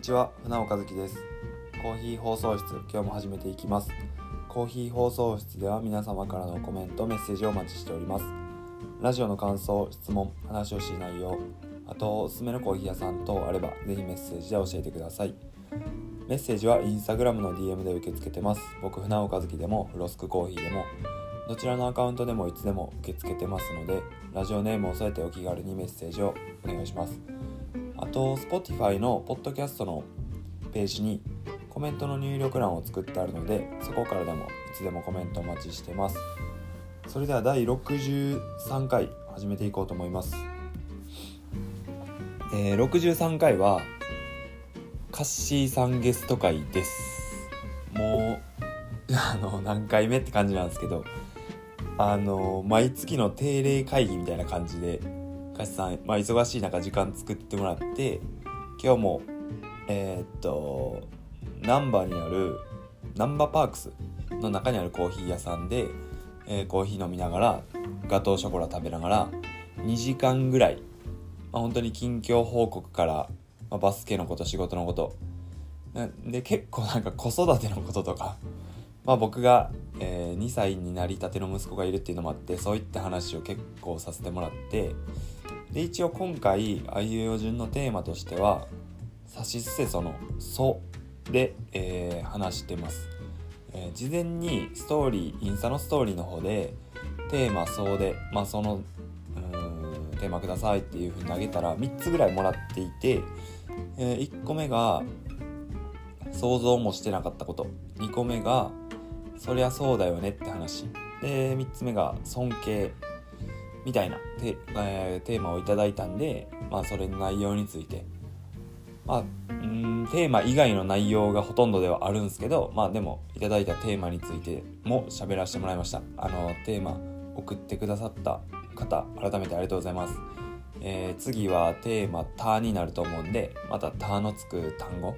ちは船尾和樹ですコーヒー放送室今日も始めていきますコーヒー放送室では皆様からのコメントメッセージをお待ちしておりますラジオの感想質問話をしい内容あとおすすめのコーヒー屋さん等あればぜひメッセージで教えてくださいメッセージはインスタグラムの DM で受け付けてます僕船尾和樹でもフロスクコーヒーでもどちらのアカウントでもいつでも受け付けてますのでラジオネームを添えてお気軽にメッセージをお願いしますあと Spotify のポッドキャストのページにコメントの入力欄を作ってあるのでそこからでもいつでもコメントお待ちしてますそれでは第63回始めていこうと思います、えー、63回はカッシーさんゲスト会ですもうあの何回目って感じなんですけどあの毎月の定例会議みたいな感じでカシさん、まあ、忙しい中時間作ってもらって今日もえーっと難波にある難波パークスの中にあるコーヒー屋さんで、えーコーヒー飲みながらガトーショコラ食べながら2時間ぐらい、まあ、本当に近況報告から、まあバスケのこと仕事のことなで結構なんか子育てのこととかまあ、僕が、えー2歳になりたての息子がいるっていうのもあってそういった話を結構させてもらってで一応今回あいうえお順のテーマとしては「さしすせその「そ」で、えー話してます、えー事前にストーリーインスタのストーリーの方でテーマ「そう」で、まあ、そのうーんテーマくださいっていうふうに投げたら3つぐらいもらっていて、え1個目が想像もしてなかったこと2個目がそりゃそうだよねって話で3つ目が尊敬みたいなテ,、えーテーマをいただいたんで、まあ、それの内容について、まあ、うーんテーマ以外の内容がほとんどではあるんですけど、まあ、でもいただいたテーマについても喋らせてもらいましたあのテーマ送ってくださった方改めてありがとうございます、えー次はテーマ「た」になると思うんでまた「た」のつく単語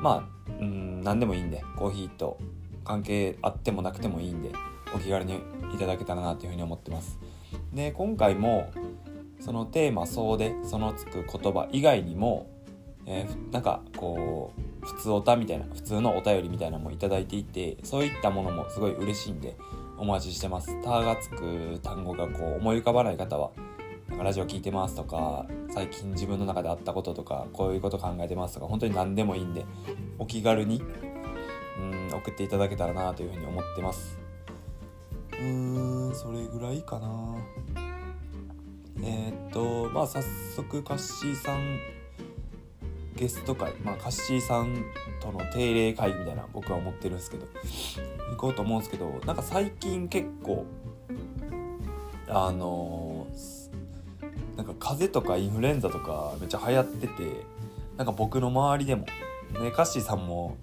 まあうん何でもいいんでコーヒーと関係あってもなくてもいいんでお気軽にいただけたらなというふうに思ってますで今回もそのテーマ「そうで」そのつく言葉以外にも、えーふなんかこう普通おたみたいな普通のお便りみたいなのもいただいていてそういったものもすごい嬉しいんでお待ちしてます「た」がつく単語がこう思い浮かばない方はなんかラジオ聞いてますとか最近自分の中であったこととかこういうこと考えてますとか本当に何でもいいんでお気軽にうん送っていただけたらなというふうに思ってますうーんそれぐらいかなえーっとまあ早速カッシーさんゲスト会、まあ、カッシーさんとの定例会みたいな僕は思ってるんですけど行こうと思うんですけどなんか最近結構あのーなんか風邪とかインフルエンザとかめっちゃ流行っててなんか僕の周りでも、ね、カッシーさんも、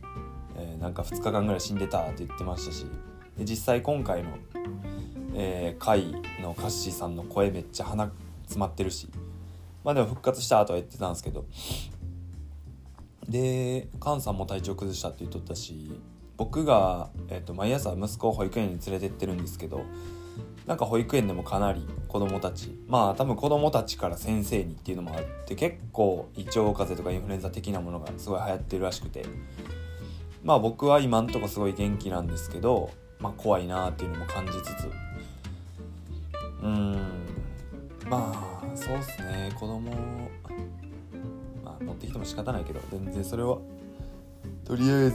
えーなんか2日間ぐらい死んでたって言ってましたしで実際今回の、えー回のカッシーさんの声めっちゃ鼻詰まってるしまあでも復活したとは言ってたんですけどで菅さんも体調崩したって言っとったし僕が、えー、と毎朝息子を保育園に連れてってるんですけどなんか保育園でもかなり子供たちまあ多分子供たちから先生にっていうのもあって結構胃腸風邪とかインフルエンザ的なものがすごい流行ってるらしくてまあ僕は今んとこすごい元気なんですけど、まあ、怖いなっていうのも感じつつうーんまあそうっすね子供まあ持ってきても仕方ないけど全然それはとりあえずいっ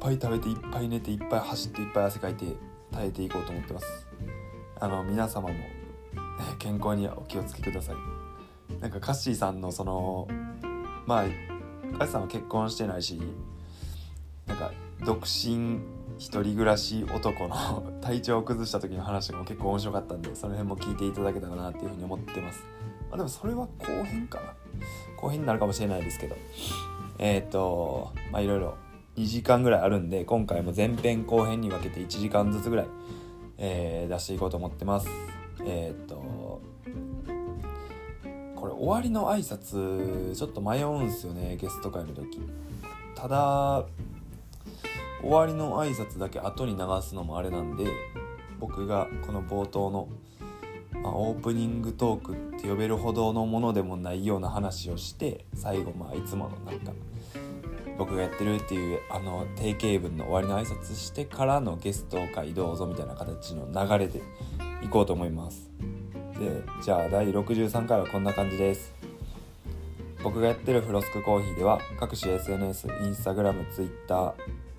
ぱい食べていっぱい寝ていっぱい走っていっぱい汗かいて耐えていこうと思ってますあの皆様もえー健康にはお気をつけくださいなんかカッシーさんのそのまあカッシーさんは結婚してないしなんか独身一人暮らし男の体調を崩した時の話とかも結構面白かったんでその辺も聞いていただけたらなっていうふうに思ってます、まあ、でもそれは後編かな後編になるかもしれないですけど えっ、とまあいろいろ2時間ぐらいあるんで今回も前編後編に分けて1時間ずつぐらいえー出していこうと思ってます。えーっとこれ終わりの挨拶ちょっと迷うんすよねゲスト会の時ただ終わりの挨拶だけ後に流すのもあれなんで僕がこの冒頭の、まあ、オープニングトークって呼べるほどのものでもないような話をして最後まあいつものなんか僕がやってるっていうあの定型文の終わりの挨拶してからのゲスト会どうぞみたいな形の流れでいこうと思いますでじゃあ第63回はこんな感じです僕がやってるフロスクコーヒーでは各種 SNS インスタグラムツイッター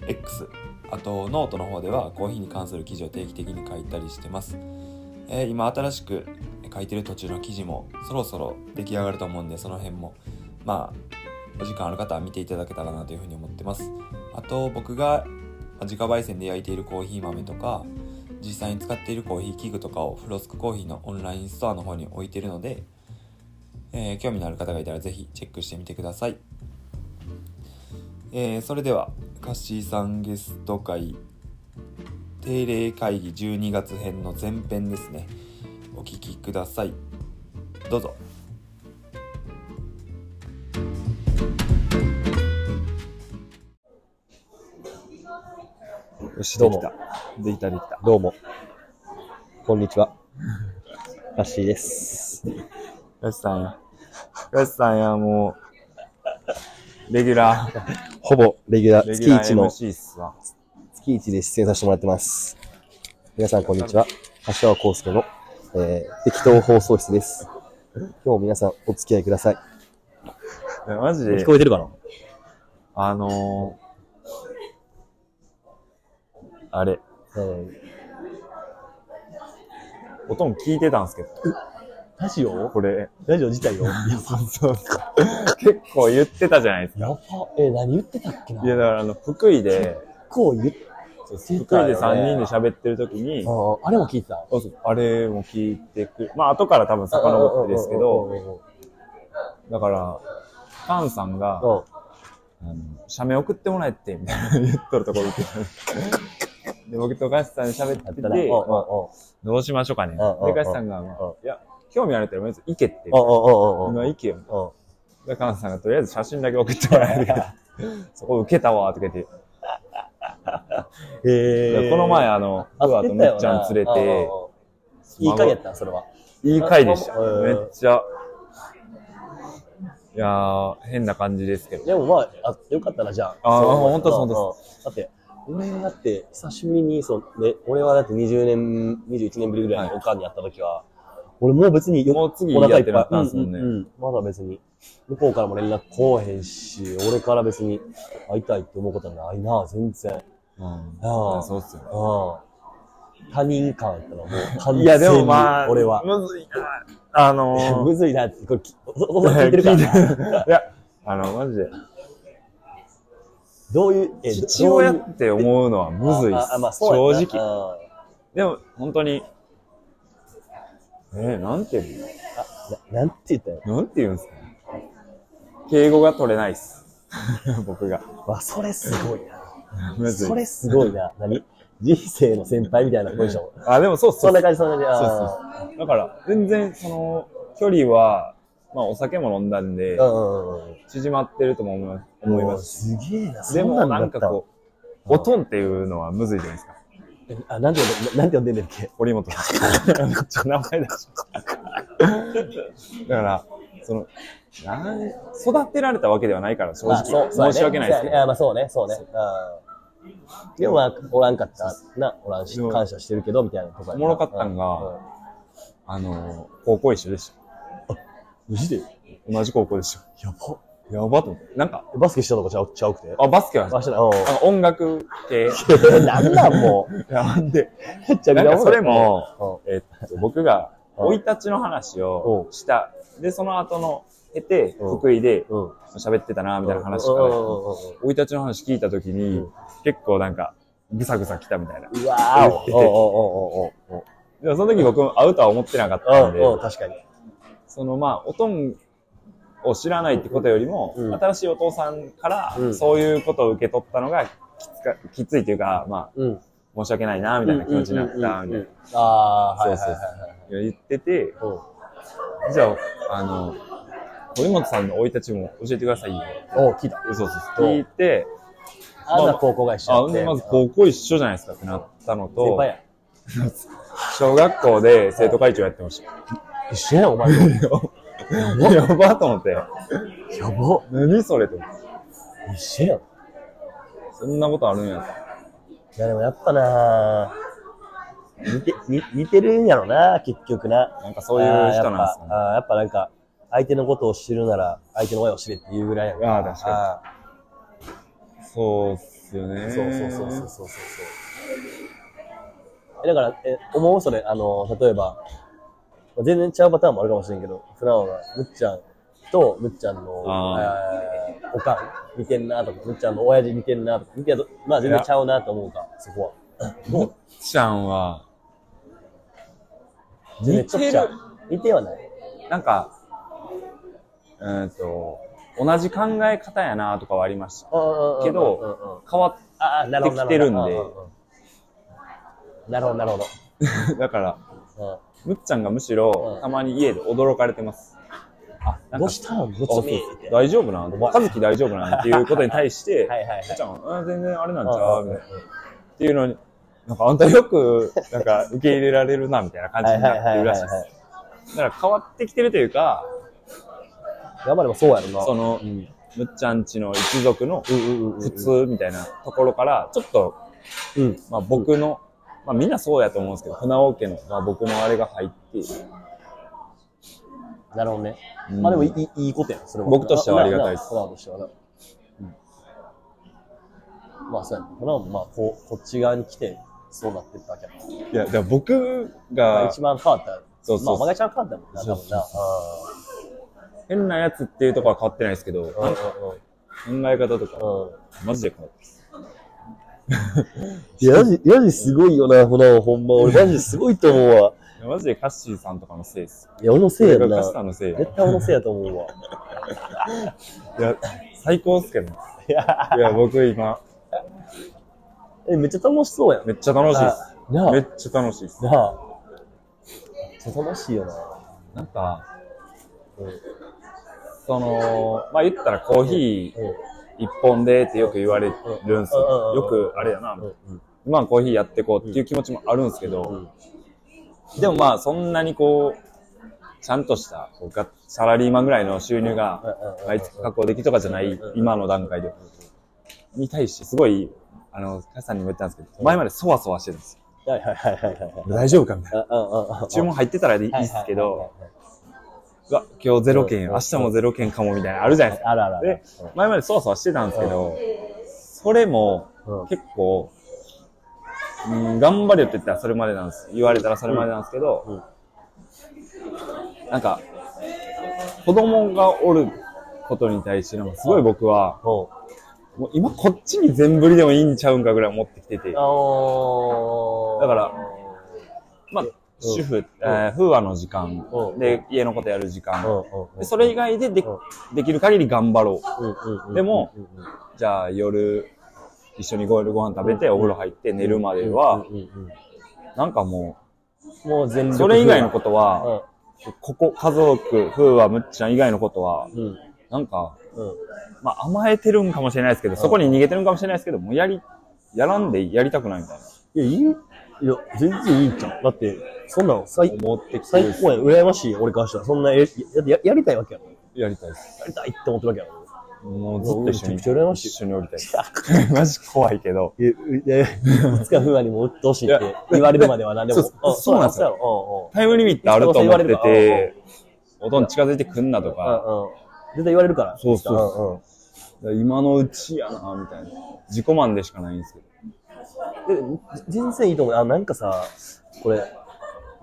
X あとノートの方ではコーヒーに関する記事を定期的に書いたりしてます、えー今新しく書いてる途中の記事もそろそろ出来上がると思うんでその辺もまあお時間ある方は見ていただけたらなというふうに思ってますあと僕がまあ自家焙煎で焼いているコーヒー豆とか実際に使っているコーヒー器具とかをフロスクコーヒーのオンラインストアの方に置いてるのでえー興味のある方がいたらぜひチェックしてみてください、えーそれではカッシーさんゲスト会定例会議12月編の前編ですねお聞きくださいどうぞよし、どでうきも。たできたできたどうも。こんにちは。らしいです。よしさんやよしさんやもうレギュラーほぼレギュラー、レギ月ュラ一ーの、 MC っすわ月一で出演させてもらってます。皆さん、こんにちは。柏尾康介の、えー、適当放送室です。今日皆さん、お付き合いください。いやマジで聞こえてるかなあのーあれえー、音も聞いてたんですけどラジオこれラジオ自体よ。そう結構言ってたじゃないですか。やば。えー、何言ってたっけないや、だからあの、福井で、こう言って福井で3人でし喋ってる時に、ょ。あれも聞いてた。あれも聞いてくる。まあ、後から多分遡ってですけど、ど、だから、パンさんが、うんあの写メ送ってもらえって、みたいな言っとるところ で。で、僕とガシさんで喋やっってたな。うんうんて、まあうんどうしましょうかね。うんうんうんで、ガシさんが、まあいや、興味あるって言われたら、まず行けって。うんうんうん今うん。行けよ。うんで、カンさんがとりあえず写真だけ送ってもらえる から、そこ受けたわ、とか言って。へえ。この前、あの、あ、ふわとみっちゃん連れああて、いい回やった、それは。いい回でした。うんめっちゃ。いやー、変な感じですけど。でもまあ、あよかったな、じゃあ。ああそう本当です本当す。だって、俺だって、久しぶりに、そう、ね、俺はだって20年、21年ぶりぐらいにおかんに会った時は、俺もう別によもう次お腹やいっってぱないっ。たんですもんね。うううんまだ別に、向こうからも連絡来おへんし、俺から別に会いたいって思うことはないな、全然。うんああそうっすよね。うん。他人感やったらもう完全に、いや、でもまあ、俺は。むずいな。あのー、 むずいなって、これ、きおお父さん聞いてるか聞いてるいや、あの、マジで。 どういう、え父親どういうって思うのはむずいっああす。まあそうや正な直。でも、本当に、えー、なんて言ううんななんて言ったよ。のなんて言うんですか敬語が取れないっす。 僕が。わ、それすごいな。むずいそれすご いな。何人生の先輩みたいなポジション。あ、でもそうっす。そんな感じ、そんな感じ。あだから、全然、その、距離は、まあ、お酒も飲んだんでー、うんうんうんうん。縮まってるとも思います思いますし。す。すげえな、でそんも、なんだなっんたかこう、おとんっていうのはむずいじゃないですか。えあ、なんて呼んで、なんて呼んでんだっけ堀本さん。ちょっと名前出しちゃっただから、その、なん育てられたわけではないから、正まあそ直。うそうやね申し訳ないですけそうやねあど。まあそうね、そうね。うんでもまあ、おらんかったな、おらんしで、も感謝してるけど、みたいなとこやなおもろかったんがううあの、高校一緒でした。マジで同じ高校でしやば。た。やばと思って。なんか、バスケしたとこちゃうちゃうくて。あ、バスケは、あ、してない。うんなんか音楽系。なんなんも う。なんで、めっちゃなくんちかゃおもそろれいも、うえっと、僕が、うん生い立ちの話をした。で、その後の、経て、うん福井でん。うん。喋ってたな、みたいな話うかんうんら、うん生い立ちの話聞いたときうにん、結構なんか、ぐさぐさ来たみたいな。 うんうわー 言ってておおうおうおうおうおうでもその時僕も会うとは思ってなかったんでうん、うん、確かに。そのまあ、おとんを知らないってことよりも、うん新しいお父さんからう、んそういうことを受け取ったのがきつか、きついというか、まうん。あ、申し訳ないな、みたいな気持ちになった、みたいうんうんうんう。なんああ、はいはいはい言ってて、はい。じゃあ、あの、堀本さんの生い立ちも教えてくださいよ。うんおう、聞いた。嘘そうそう。聞いて、あんな高校が一緒あ、やほっんてでまず高校一緒じゃないですかってなったの先と輩、や。小学校で生徒会長やってました。一緒やん、お前。ややばと思って、ば。何それと思って。一緒やん。そんなことあるんや。いや、でもやっぱな似て、似似てるんやろな結局な。なんかそういう人なんですあーやっよねぱあーやっぱなんか、相手のことを知るなら、相手の親を知れっていうぐらいやんあー確かそうっすよね。に。そうそうそうそうそうそうえ、だから、え、思うそれ、あの、例えば、まあ全然ちゃうパターンもあるかもしれんけど、普段はむっちゃんとむっちゃんの、あえーおかん見てんなとか、むっちゃんの親父見てんなとか、見てどまあ全然ちゃうなと思うか、そこは。ちゃんは、全然ちょっとちゃう。似てはない。なんか、うーんと、同じ考え方やなとかはありました。けけど、変わっ ああ、なるほど。なほどできてるんでうんうんうんなるほど、なるほど。だから、うんむっちゃんがむしうろん、たまに家で驚かれてます。あ、なんどかう、したのどっあそちうみ大丈夫なん前和樹大丈夫なんっていうことに対して、はいはいはいむっちゃんは、あ全然あれなんちゃはういみたいな。っていうのに、なんかあんたよく、なんか受け入れられるな、みたいな感じはいになっはているはらいしいではいす。。だから変わってきてるというか、頑張ればそうやろな。その、むっちゃんちの一族のうんうんうんうん。普通みたいなところから、ちょっと、うん。まあ僕の、まあみんなそうやと思うんですけど、船尾家の、まあ僕のあれが入って、なるほどね。うんまあでもいい、いいことやん、それは。僕としてはありがたいっすなななコラボとしてはな。うんまあそうやね。コラボもまあ、こう、こっち側に来て、そうなってったわけやから。いや、だから僕まあが一番変わった。そうそうそうまあ、マガちゃん変わったもんな、多分な。変なやつっていうところは変わってないですけど、考うんえ方とか、うんうん。マジで変わってます。いや、マジ、マジすごいよな、ほな、ほんま。俺、マジすごいと思うわ。いやマジでカッシーさんとかのせいです。いや、俺のせいやそれんがな。カスタ絶ーのせいや。対俺のせいやと 思うわ。いや、最高っす けどね。いや、僕今、え、めっちゃ楽しそうやん。めっちゃ楽しいです。なあめっちゃ楽しいです。なあ。めっちゃ楽しいよな。なんか、うん。うん。その、まあ言ったらコーヒー一本でってよく言われるんすよ。うんよくあれやな、うんうんまあコーヒーやってこうっていう気持ちもあるんですけうどん、でもまあそんなにこう、ちゃんとした、こうがサラリーマンぐらいの収入がうん毎月確保できとかじゃない、今の段階で。に対して、すごい、あの、母さんにも言ったんですけど、前までそわそわしてるんですはいはいはいはいはいはい。よ。大丈夫かみたいああああな。注文入ってたらいいっすけど、、うわ、今日ゼロ件、うん明日もゼロ件かもみたいな、あるじゃないですか。あるあるあでる。、前までそわそわしてたんですけど、それもうん結構、うん、頑張れよって言ったらそれまでなんです。言われたらそれまでなんですけど、なんか、子供がおることに対しての、すごい僕は、うん。もう今こっちに全振りでもいいんちゃうんかぐらい思ってきてて、あーだからまあ、主婦、えー、風話の時間う、んで、家のことやる時うん間、うんうん。でそれ以外ででできる限り頑張ろう。うんうんうん、でもうんうんうん、じゃあ夜、一緒にご夜ご飯食べて、お風呂入って寝るまでうんうは、んなんかもうん、もう全う、力それ以外のこととは、ここ、家族、風はむっちゃん以外のことは、うん。うん。なんか、うん。まあ甘えてるんかもしれないですけど、そこに逃げてるんかもしれないですけど、もうやり、やらんでやりたくないみたいいや、いい、いや、全然いいじゃん。だって、そんなの最な。、思ってきて最るし、高やん。羨ましい、俺からしたら。そんなや、や、ややりたいわけやろ。やりたいです。やりたいって思ってるわけやろ。もうずっと一緒めちゃに、くちゃ羨ましい一緒におりたいです。マジ怖 いけど。いや、いや、いつかフワにも打ってほしいっいてや言われるまではな、でもそう。そうなんですよよ。うんうんタイムリミットあると思ってそう言われるて、おとん近づいてくんなとか、うんうん。絶対言われるから。そうそううんうん。今のうちやな、みたいな。自己満でしかないんですけど。で全然いいと思う。あ、なんかさ、これ、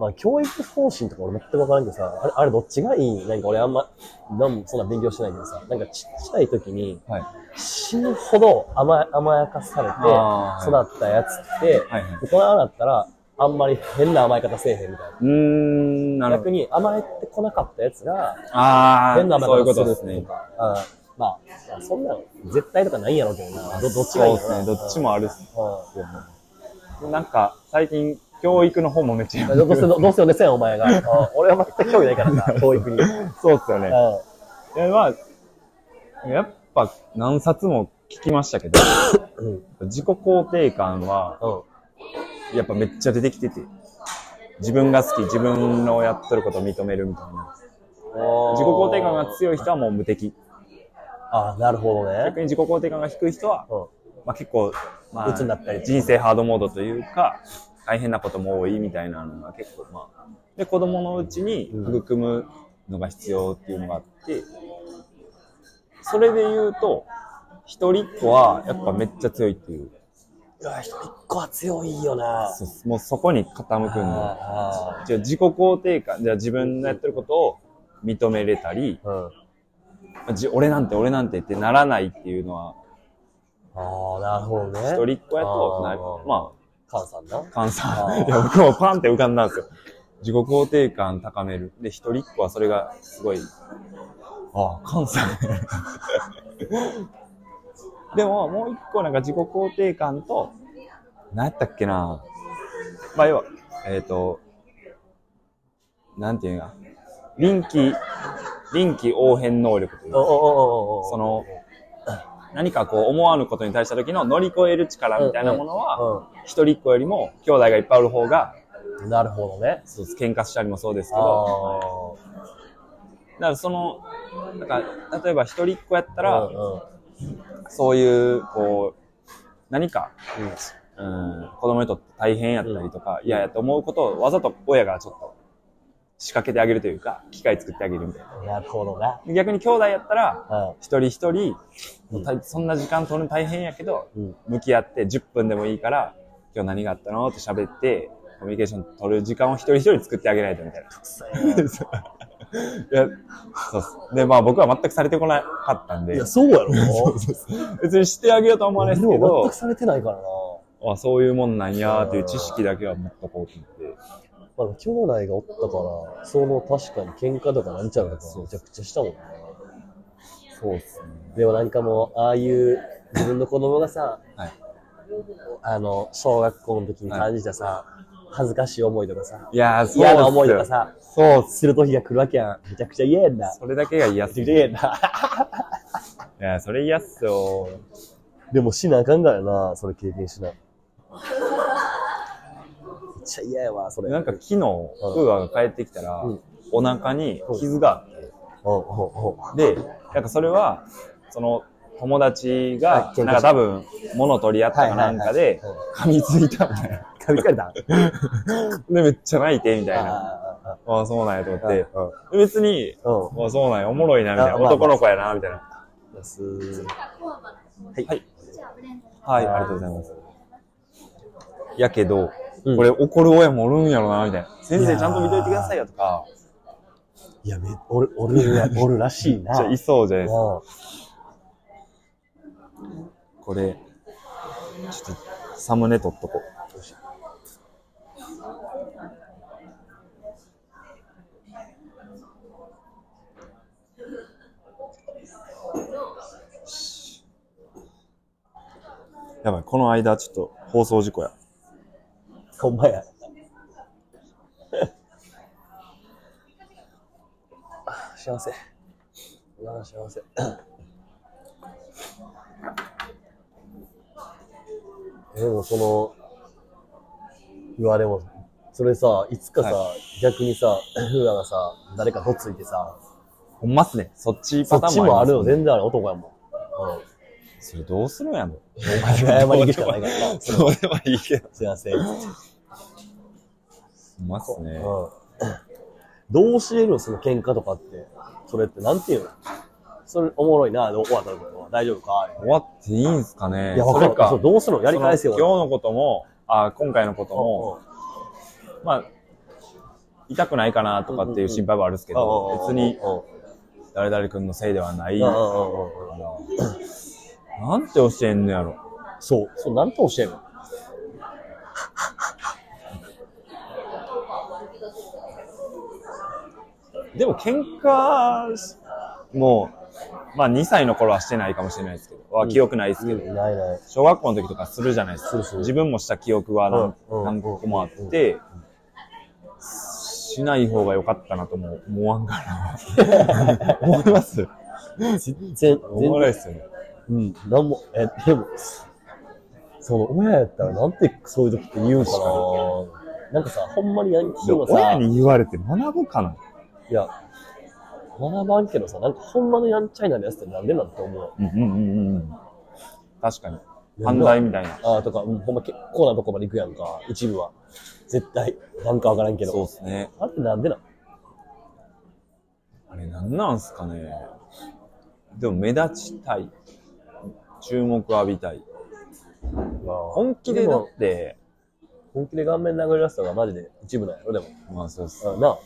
まあ、教育方針とか俺全くわからんけどさ、あれ、あれどっちがいいなんか俺あんま、なんもそんな勉強してないけどさ、なんかちっちゃい時にはい。死ぬほど甘や甘やかされてあー育ったやつって、はいはい大人になったらあんまり変な甘え方せえへんみたいうーん、なな。る逆ほど。に甘えてこなかったやつが、あ変なあ、そう甘いうえ方すことるでとすか。ね。うんまあ、まあ、そんなの絶対とかないんやろうけどな。どどっちがいいそうのかでなすね。どっち。もあるっすうんよね。なんか、最近、教育の方もめっちゃどうせ、どうせおねせん、お前が。うん俺は全く興味ないからさ、教育に。うん。そうっすよね。いや、まあ、やっぱ、何冊も聞きましたけど、うん。自己肯定感は、うん。やっぱめっちゃ出てきてて、自分が好き、自分のやっとることを認めるみたいな。自己肯定感がい。強い人はもう無敵。あ、なるほどね逆。に自己肯定感が低い人はうまあ、結構、まあ、鬱になったり人生ハードモードというか、大変なことも多いみたいなのが結構、まあ、で、子供のうちにうん育むのが必要っていうのがあって、それで言うと、一人っ子はやっぱめっちゃ強いっていう。いや、一人っ子は強いよな。そもうそこに傾くんだ。あじゃあ自己肯定感、じゃあ自分のやってることを認めれたり、あうん。じ俺なんて俺なんてってならないっていうのは、ああ、なるほどね。一人っ子やとなあーま母さんな。あ、関西あー。いや、僕もパンって浮かんだんですよ。自己肯定感高める。で、一人っ子はそれがすごい、ああ、関西。 でも、もう一個なんか自己肯定感と、何やったっけなまあ、要は、えっ、と、なんていうんや、臨機、臨機応変能力というかおおおおおその、何かこう思わぬことに対した時の乗り越える力みたいなものは、一人っ子よりも兄弟がいっぱいある方が、うん。なるほどね。そう喧嘩したりもそうですけあど、ーだからその、なんか例えば一人っ子やったうらん、うんそういう、こう、何か、うんうん、子供にとって大変やったりとか、嫌やと思うことをわざと親がちょっと仕掛けてあげるというか、機会作ってあげるみたいなるほどね。な。逆に兄弟やったら、う一人一人、もうたそんな時間取るの大変やけど、ん。うん。向き合って10分でもいいから、今日何があったのって喋って、コミュニケーション取る時間を一人一人作ってあげないとみたいな。いや、そうっす。で、まあ僕は全くされてこなかったんいでや、、 そうやろ。別にしてあげようとは思わないですけ俺も全どく、されてないからな。あそういうもんなんやーっていう知識だけは持っとこうと思って。まあ、兄弟がおったから、その確かに喧嘩とかなんちゃうとか、めちゃくちゃしたもんね。そうっすね。でもなんかもう、ああいう自分の子供がさ、はいあの、小学校の時に感じたさ、恥ずかしい思いとかさ、いやー、そうっすよ嫌な思いとか。さ、そうっす。する時が来るわけやん。めちゃくちゃ嫌やんな。それだけが 嫌すすぎげえて。な。 いやー、それ嫌っすよ。でもしなあかんからな、それ経験しな。めっちゃ嫌やわ、それ。なんか昨日、ウーアが帰ってきたらうん、お腹に傷があって、おうおうおうで、なんかそれは、その友達がは、いなんか多分、物取り合ったかなんかではいはい、噛みついたみたいな。噛みつかれたで、めっちゃ泣いて、みたいな。あああ、そうなんやと思あ、って。うん別に、うん。ああ、そうなんや、おもろいな、みたいな。あまあまあ男の子やな、みたいな。です。はい。はい、いありがとうございます。やけど、うんこれ怒る親もおるんやろな、みたいな。先いや生ーちゃんと見といてくださいよ、とか。いや、め、おる、おるや、おるらしいな。 じゃあいそうじゃないですか。うんこれ、ちょっと、サムネ撮っとこう。やばい、この間、ちょっと放送事故や。ほんまや。 あ幸せ。うわ幸せ。 えでもその、いやでも、それさ、いつかさ、逆にさ、 フーアがさ、誰かどついてさ、ほんまっすね。そっちそパっタちーンももあありるまよ、す、ね。全然ある、男やもん。うん。それどうするんやろ。 お前が謝りに行くしかないからな。それはいいけど。すいません。ほんまっすね。うん どう教えるのその喧嘩とかって。それって、なんていうのそれおもろいな、で終わったことは。大丈夫か終わっていいんすかねいや、わそかれるか。そうどうするのやり返せよ。その今日のことも、あ今回のことも、まあ、痛くないかなとかっていう心配はあるんですけど、別にうん誰々君のせいではない。うんうんうんかうんうんらなんて教えんのやろ。そう。そう、なんと教えるのでも喧嘩しもう、まあ2歳の頃はしてないかもしれないですけど、は記憶ないですけど、ないない。小学校の時とかするじゃないですすかるす。る自分もした記憶は何,、うんうん何個もあって、しない方が良かったなとも思わんか な。思います全然、思全わな然。いですよね。うん。なんも、え、でも、その、親やったらなんてそういう時って言うんか確かな。なんかさ、ほんまにヤンキーのさ、親に言われて学ぶかな、いや、学ばんけどさ、なんかほんまのやんちゃいなやつってなんでなんて思ううんうんうんうん、確かに。犯罪みたいな。ああ、とか、うんほんま結構なとこまで行くやんか、一部は。絶対。なんかわからんけど。そうですね。あれなんでなんあれなんなんすかね。でも目立ちたい。注目浴びたい。本気でだもって、本気で顔面殴り出すのがマジで一部なんやろ、でも。まあそうっす。うん、なあ。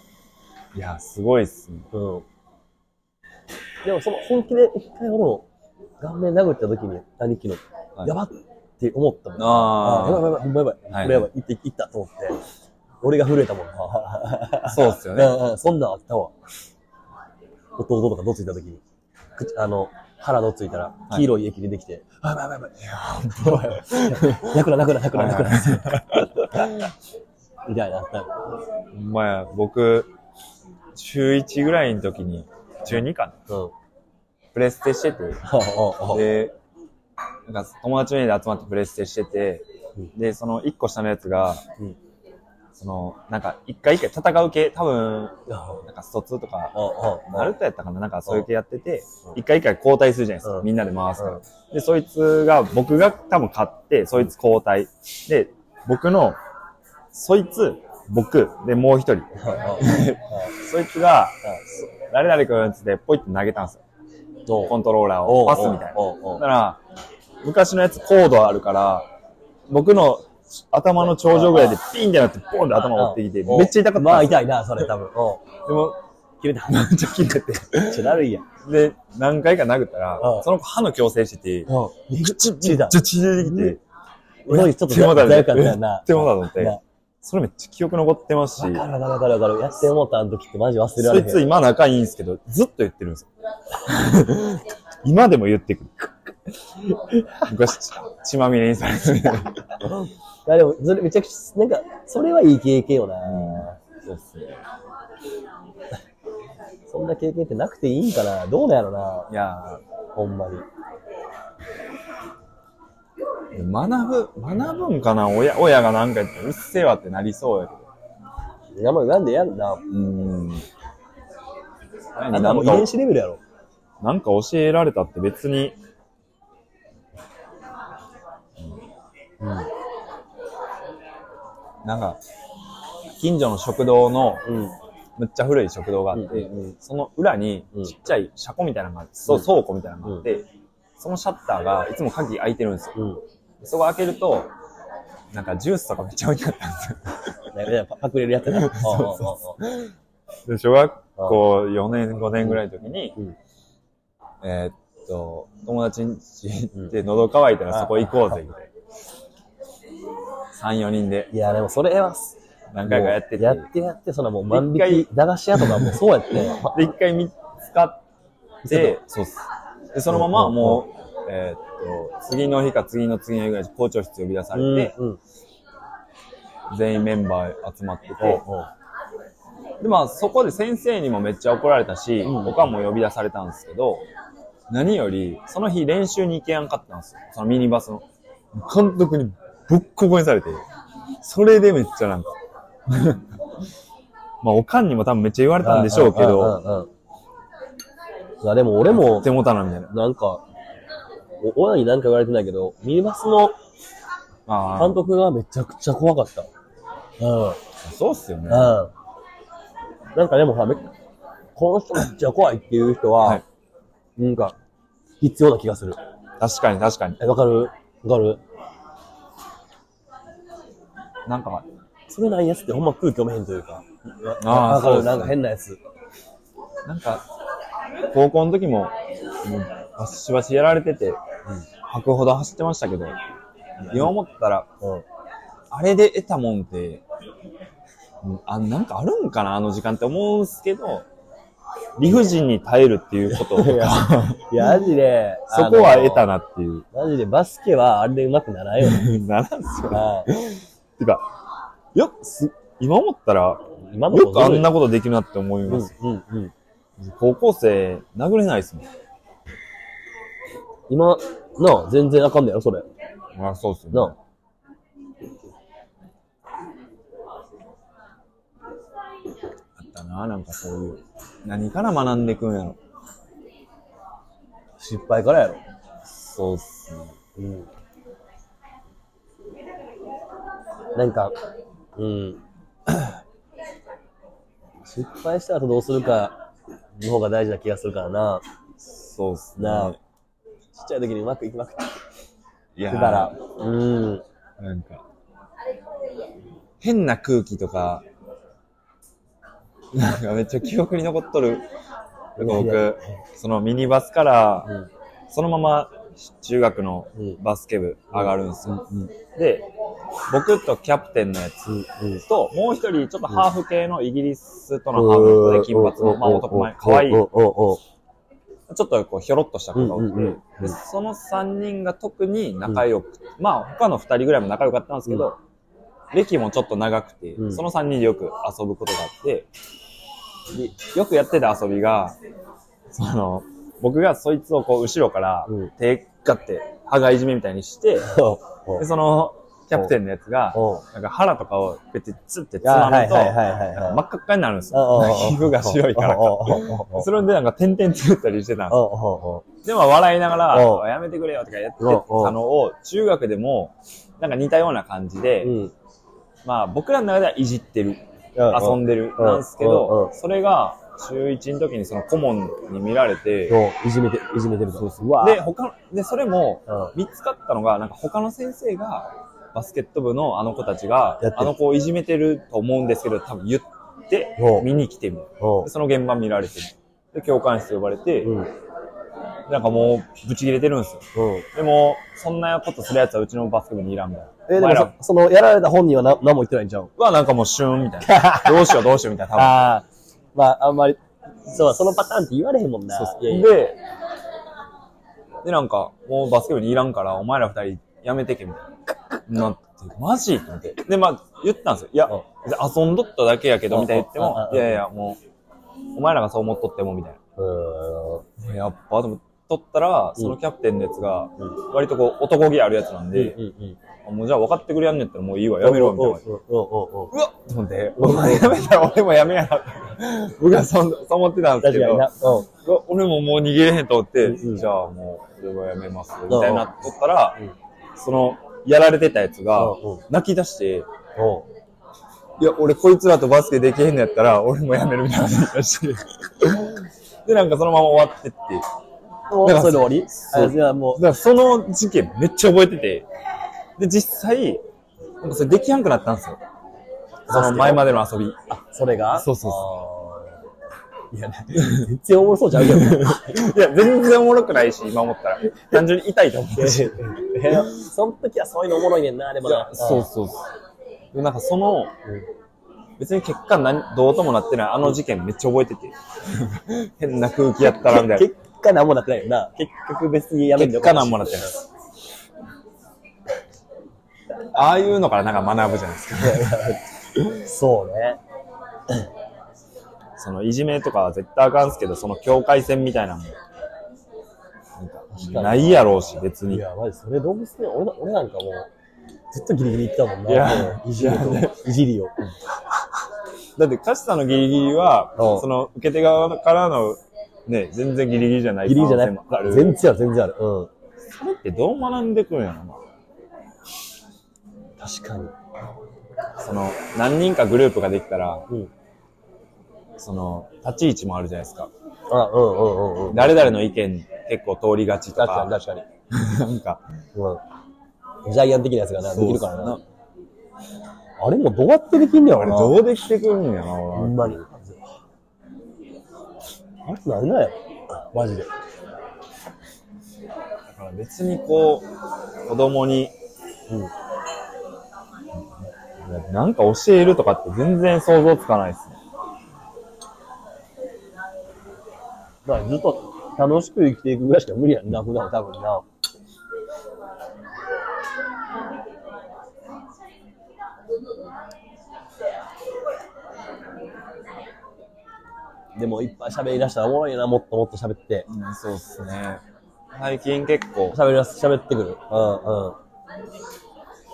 いや、すごいっすね。うん。でもその本気で一回俺も顔面殴った時に兄貴の、はいやばって思ったもん。あやばあいやばいやばい、やばい、はいこれやばい、行って、行ったと思って。俺が震えたもんな。あ、そうっすようね。んうん、そんなんあったわ。弟とかどついた時に、くあの、腹どついたら、い黄色い液でできて、あ、やばいやばいやばい。やばい泣くな泣くな泣くな泣くな。みたいなあった。ほんまや、僕、中1ぐらいの時に、中2かな。うん。プレステしてて、ああで、なんか友達の家で集まってプレステしてて、うんで、その1個下のやつが、うんその、なんか一回一回戦う系、多分、あなんかスト2とあか、あナルトやったかななんかそういう系やっててうん、一回一回交代するじゃないですかう。んみんなで回すかうらん。で、そいつが、僕が多分勝って、そいつ交代。で、僕の、そいつ、僕、で、もう一人。あああそいつが、誰々くんっつって、ポイって投げたんですよ。どうコントローラーおを。うパスみたいな。おうおうだから、昔のやつコードあるから、僕の頭の頂上ぐらいでピンってなって、ポンって頭折ってきて、おうめっちゃ痛かったんですよ。まあ痛いな、それ多分。でも、切れた。めっちゃ切れて。うん。ちょ、だるいやん。で、何回か殴ったらうん、その子歯の矯正してて、めっうん。口、口だち。ゃ血出てきて、俺よりちょっと手間だだねるかったよな。手間だと思っなて、それめっちゃ記憶残ってますしわ、かるわかるわかるわかる。やって思った時ってマジ忘れらそれへいん。つ今仲いいんですけど、ずっと言っ てるんですよ。今でも言ってくる。昔、血血まみれにされてる。 いやでも、それめちゃくちゃ、なんか、それはいい経験よな。そうっすね。そんな経験ってなくていいんかな。どうなんやろな。いやほんまに。ー学ぶ、学ぶんかな親、親がなんか言って、うっせえわってなりそうやけど。名前なんでやんな。うん。あんなもう遺伝子レベルやろ。なんか教えられたって別に、うん。なんか、近所の食堂の、うん。むっちゃ古い食堂があって、うんうんうその裏にうんちっちゃい車庫みたいなのがあって、そううん倉庫みたいなのがあって、そのシャッターがいつも鍵開いてるんですよ。うん。そこ開けると、なんかジュースとかめっちゃ置いてあったんですよ。なんかパパクれるやつやな。うん そうで小学校4年、5年ぐらいの時に、うんえーっと、友達ん家行って喉乾いたらそこ行こうぜ、みたいな。3、4人で いや、でもそれは、何回かやってて。やってやって、そんなもう万一引き、駄菓子屋とかもそうやって。まで、一回見つかって、そうっす。で、そのままもう、えーっと、次の日か次の次の日ぐらいに校長室呼び出されて、うんうん。全員メンバー集まってて、おうおうで、まあそこで先生にもめっちゃ怒られたし、うん他も呼び出されたんですけど、何より、その日練習に行けやんかったんですよ。そのミニバスの。監督にボッコボコにされて、それでめっちゃなんか、 まあおかんにも多分めっちゃ言われたんでしょうけうど、んうんうん。いや、でも俺も手、もたなみたいな。なんか、お親に何か言われてないけど、ミニバスのまあ、監督がめちゃくちゃ怖かった。うん。うん。そうっすよね。なんかでもさ、めこの人めっちゃ怖いっていう人は、はいなんか、必要な気がする。確かに確かに。え、わかるわかるなんか、それないやつってほんま空気読めへんというか。あーわかそうるですねなんか変なやつ。なんか、高校の時も、もうバシバシやられてて、吐くほど走ってましたけど、今思ったら、うん。あれで得たもんって、うんあ、なんかあるんかなあの時間って思うんすけど、理不尽に耐えるっていうこと いやそ。いや、マジでこは得たな。なっていう。マジでバスケはあれで上手くならんよね。 ならんすよね。はいてか、よくす、今思ったら、今のよくあんな。なことできるなって思いうん、うます。ん、うん。高校生、殴れないっすもん。今、なあ、全然あかんねやろ、それ。まあ、そうっすよなあったな、なんかそういう。何から学んでくんやろ。失敗からやろ。そうっすね。うん。なんか、うん。失敗した後どうするかの方が大事な気がするからな。そうっすね。なあちっちゃい時にうまくいきまくっていやたーから。うん。なんか、変な空気とか、なんかめっちゃ記憶に残っとる。なんかいやいや僕、そのミニバスから、うん。そのまま中学のバスケ部上がるんですよ。で、僕とキャプテンのやうん。うん。つと、もう一人ちょっとハーフ系のイギリスとのハーフで金髪の、まあ男前、可愛い、ちうんょうんうんっとこうひょろっとした子がおってうんうんうんうんでその三人が特に仲良く、まあ他の二人ぐらいも仲良かったんですけど、歴もちょっと長くて、うんその三人でよく遊ぶことがあって、でよくやってた遊びが、その、僕がそいつをこう後ろからうん手ガッて、羽がいじめみたいにして、で、その、キャプテンのやつが、おうなんか腹とかを別にツッてつあまはむいと、はいなんかはいはいはい。真っ赤っかになるんですおうおうおよう。皮膚が白いからか。おうおうおうおうそれでなんか点々作ったりしてたんですおうおうおうでも笑いながおうら、やめてくれよとかやっておうおうたのを、中学でも、なんか似たような感じで、うんまあ僕らの中ではいじってる、う遊んんでる、なんですけうんうどん、それが中1の時にその顧問に見られて、そういじめて、いじめてると。そうわで、他の、で、それもうん見つかったのが、なんか他の先生が、バスケット部のあの子たちがやって、るあの子をいじめてると思うんですけど、多分言っておう、見に来てみる。おうでその現場見られてる。で、教官室呼ばれて、うん。うん。なんかもう、ブチ切れてるんですよ。でも、そんなことするやつはうちのバスケ部にいらんみたいな。え、でもお前そら、その、やられた本人はな何も言ってないんちゃうはなんかもうシューンみたい な。どうしようどうしようみたいな。多分ああ。まあ、あんまり、そう、そのパターンって言われへんもんな。そういやいでやで、なんか、もうバスケ部にいらんから、お前ら二人やめてけみたいな。なんて、マジって思って。で、まあ、言ったんですよ。いや、遊んどっただけやけど、みたいな言ってうんうんもう、んいやいや、もう、お前らがそう思っとっても、みたいな。うーん。やっぱ、でも、取ったら、そのキャプテンのやつが、割とこう、男気あるやつなんで、うんうん。あもうじゃあ分かってくれやんねやったらもういいわ、やめろ、みたいな。うんうんうん。うわっと思って、お前やめたら俺もやめやな。僕はそんそう思ってたんで確すけかにど、な。うん。うわ俺ももう逃げれへんと思って、うんうんじゃあもう俺はやめます、んみたいなっとったら、うんその、やられてたやつがうんうん、泣き出して、おいや、俺こいつらとバスケできへんのやったら、俺もやめるみたいな話して。で、なんかそのまま終わってって。もうだからそれで終わりそうあじゃあもだからその事件めっちゃ覚えてて、で、実際、なんかそれできやんくなったんですよ。その前までの遊び。う、それがそうそうう。いや、全然おもろそうじゃんけど。いや、全然おもろくないし、今思ったら。単純に痛いと思うし。えその時はそういうのおもろいねんな、でもいやな。そうそうそう。で もなんかその、別に結果何、どうともなってないあの事件めっちゃ覚えてて。 変な空気やったらみたい結果なんもなってないよな。結局別にやな。める結果何もなってない。ああいうのからなんか学ぶじゃないですか。そうね。そのいじめとかは絶対あかんすけど、その境界線みたいなのも確かにないやろうし、別に。いや、マジ、それ動物ね、俺な俺なんかもう、ずっとギリギリ言ってたもんな。いやもういじりと、いじりを。だって、カシさんのギリギリは、うんその、受け手側からの、ね、全然ギリギリじゃないギリギリじゃな可い能性もある。。全然ある、全然ある。うん。それってどう学んでくるんやろな。確かに。その、何人かグループができたら、うん。その、立ち位置もあるじゃないですか。あ、うんうんうんうん。誰々の意見結構通りがちと確かに、か、確かに。なんか、うん。ジャイアン的なやつがな、できるからそうなそう。あれもどうやってできんねやあろれな。どうできてくるんやな、ほ俺んまに。あれなんなんやろマジで。だから別にこう、子供に、うん。なんか教えるとかって全然想像つかないですね。まあ、ずっと楽しく生きていくぐらいしか無理やんな、普段多分な。でも、いっぱい喋り出したらおもろいな、もっともっと喋って。うん、そうっすね。最近結構、喋り出す、喋ってくる。うんうん。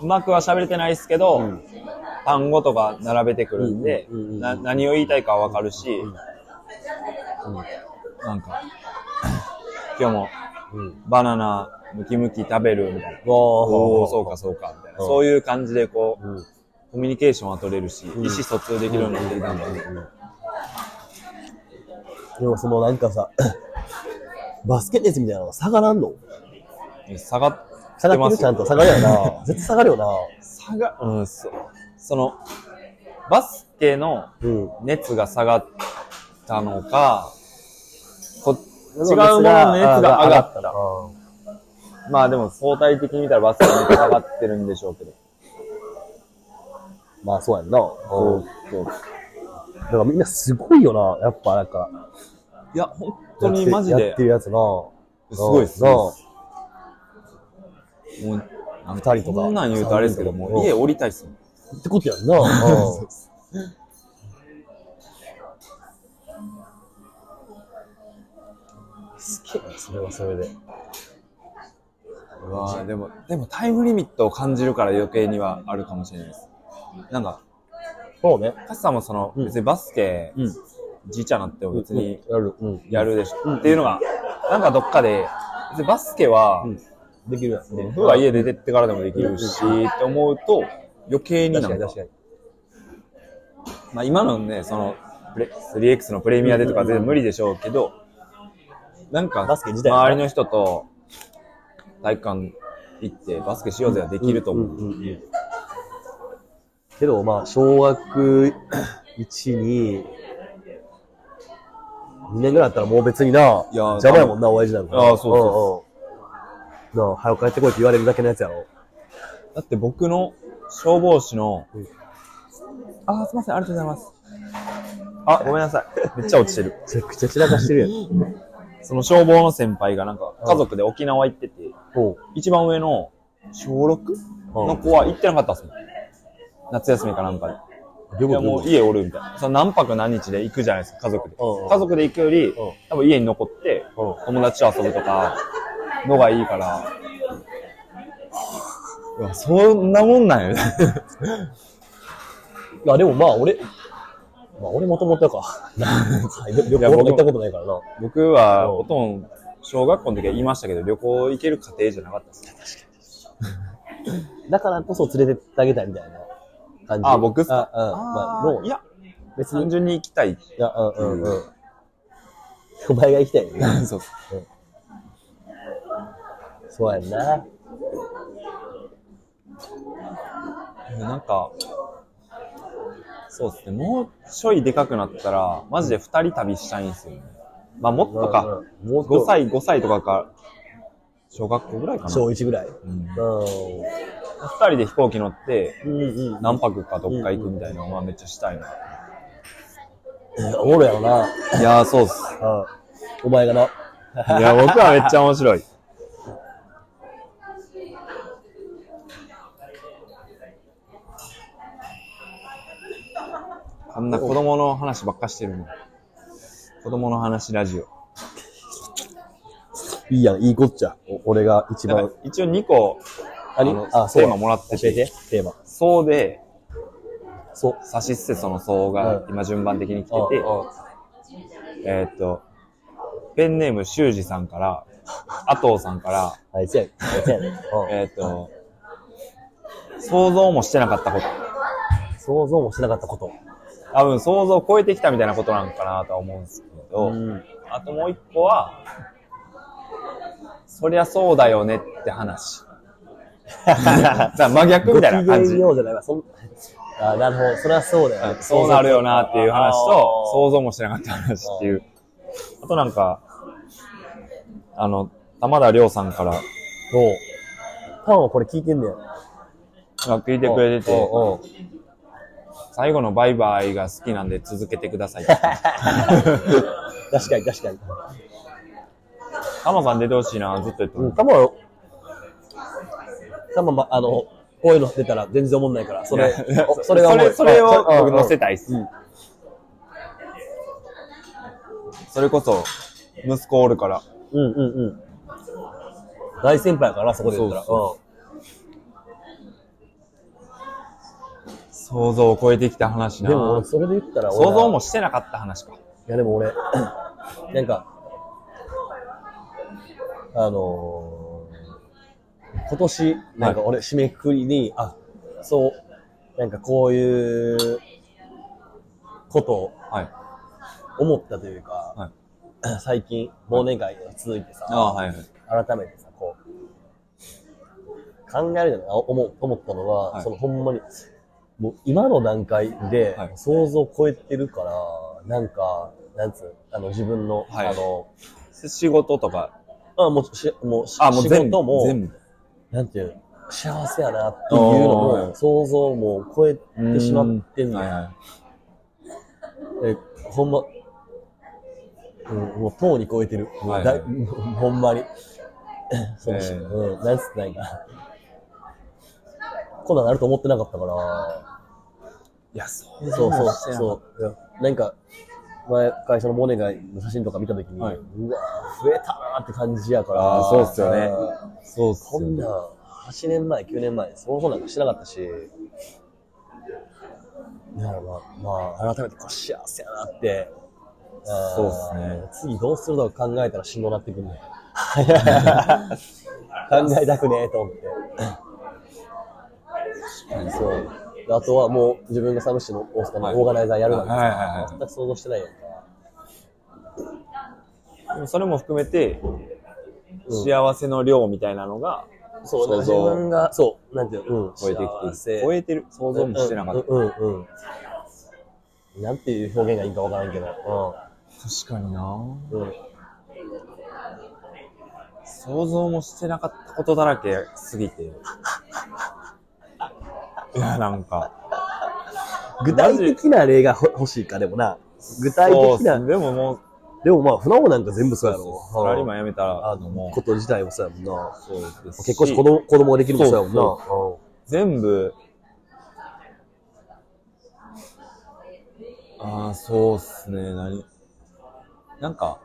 うまくは喋れてないですけど、うん単語とか並べてくるんで、うんうんうんうんな何を言いたいかはわかるし、なんか、今日もうん。バナナムキムキ食べるみたいな。おーおお、そうかそうか、みたいな。うんそういう感じでこう、うん。コミュニケーションは取れるし、意ん思疎通できるようになってきたんだよねでもそのなんかさ、バスケ熱みたいなのが下がらんのえ下が下っがてっまてるすちゃんと下がるよな。 絶対下がるよな。下が、うん、そう。その、バスケのうん。熱が下がったのか、こ違うものの熱が上がった。まあでも相対的に見たらバスケの熱が上がってるんでしょうけど。まあそうやんな。そうんうそうだからみんなすごいよな。やっぱなんか、いや、本当やってにマジやでって、るやつな。すごいっす。すなごいっすもう、二人とかこんなん言うとあれですけど、もうんう家降りたいっすもん。ってことやん な。うんすげえな、それはそれで。うわーでも、でもタイムリミットを感じるから余計にはあるかもしれないです。なんか、そうね。カスさんもその、うん別にバスケ、うんじいちゃんなっても別にやる。うん。やるでしょ、っていうのが、なんかどっかで、別にバスケは、うんできるやつでね。風呂は家出てってからでもできるし、って思うと、余計になん確かかに確かに。まあ今のね、その、プレ 3X のプレミアでとか全然無理でしょうけど、なんか、バスケ自体が周りの人と体育館行ってバスケしようぜはできると思う。んんんけど、まあ、小学1、2、2年ぐらいだったらもう別にな、いやー邪魔やもんな、親父なんか。あーそうそうんうん。なあ、早く帰ってこいって言われるだけのやつやろ。だって僕の消防士のうん、あーすいません、ありがとうございます。あ、ごめんなさい。めっちゃ落ちてる。めちゃくちゃ散らかしてるやん。その消防の先輩がなんか家族で沖縄行ってて、 おう一番上の小 6? うんの子は行ってなかったっすもん。夏休みかなんかで。どういいうや、ことどもうういう家おるみたいな。その何泊何日で行くじゃないですか、家族で。うんうん家族で行くより、多分家に残って、こ友達と遊ぶとか、のがいいから。いや、そんなもんなんよね。とうん。いや、でもまあ、俺、まあ、俺もともとや から。旅旅行とか行ったことないからな。僕は、うんおとん、小学校の時は言いましたけど、旅行行ける家庭じゃなかったです。だからこそ連れてってあげたいみたいな感じ。あ僕っすあか、うん。まあ、どういや、別に単純に行きたい。いや、うんうんうん。お前が行きたいよね。 そう。そうやんな。なんか、そうですね、もうちょいでかくなったら、マジで二人旅したいんですよね。まあ、もっとか。うん。もう5歳、5歳とかか、小学校ぐらいかな。小1ぐらい。うんう二人で飛行機乗って、ん。うんうん。何泊かどっか行くみたいなのはめっちゃしたいな。おもろいやろな。いやー、そうっす。うん。お前がな。いや、僕はめっちゃ面白い。あんな子供の話ばっかしてるの。子供の話ラジオ。いいやん、いいこっちゃ。お俺が一なん番か。一応2個、あ何の、あ、そうテや。ーマもらって教えてて、、テーマ。そうで、そう。サシステその層が今順番的に来てて、えーっと、ペンネーム修二さん から、阿藤さんから、あいつやん。あいつやん。うん。 えーっと、想像もしてなかったこと。想像もしなかったこと。多分想像を超えてきたみたいなことなのかなとは思うんですけど、うん。あともう一個は、そりゃそうだよねっ て話。だから真逆ごみきたいなげ感じん。ようじゃないわ。そんあ、なるほど。それはそうだよね。そうなるよなっていう話と、う。想像もしなかった話っていう。あとなんか、あの、玉田亮さんから、そう。パンはこれ聞いてんねん。が聞いてくれてて、うんうん最後のバイバイが好きなんで続けてくださいっ て。確かに確かに。玉さん出てほしいな、ずっと言ってうん、る。たまは、たま、ま、あの、こういうの出たら全然思んないから、それ、おそれがそ思れ、うそれをうん僕載せたいっすう。んそれこそ、息子おるから。うんうんうん。大先輩やからな、そこで言ったら。そう想像を超えてきた話うんでな。も想俺、それで言ったら俺は、像もしてなかった話か。いやでも俺、なんか、あのー今年、なんか俺締めくくりに、あ、そう、なんかこういうことをはい。思ったというか、は 最近忘年会が続いてさ、ああ、はいはい。改めてさ、こう、考えるじゃない思う思ったのは、はいそのほんまに、もう今の段階ではい想像を超えてるから、なんか、なんつう、あの自分の、はいあの、仕事とか、あもうし、もうしあ、もう仕全事部、も、全部。なんていうの幸せやなっていうのおも、想像も超えてしまってんのはいよ。はえほんま、うん、もう、とうに超えてる。もうだい はいもうほんまに。そのし、ええうん、なんつってないか。こんなんなると思ってなかったから、い。いや、そそうそう、そういや。なんか、前、会社の忘年会の写真とか見たときに、はいうわぁ増えたなーって感じやから。あーそうっすよねうんそうっすこよんねなん、8年前、9年前、想像なんかしてなかったし、だからまあ、まあ、改めてこう幸せやなって、あーそうっ次どうするのか考えたらしんどなってく るね。考えたくねえと思って。そう。あとはもう自分がサムシの大阪はいのオーガナイザーやるなんてはいはいはいはい全く想像してないやんか。でもそれも含めて、うん幸せの量みたいなのがそう、想自像分が、そう、なんていうの、うん、超えてきて幸る。せ超えてる。想像もしてなかった。うんうんうんうんなんていう表現がいいかわからんけど。確かになうん。うん。想像もしてなかったことだらけす ぎて。いや、なんか。具体的な例がほ欲しいか、でもな。具体そうっ的すな。でももう、でもまあ、船尾なんか全部そうやろ。サラリーマンン辞めたら、ああの、もの、こう、と自体もそうやもんな。そうですし結婚して子供子供ができるもそうやも全部、ああ、そうっすね、何なんか、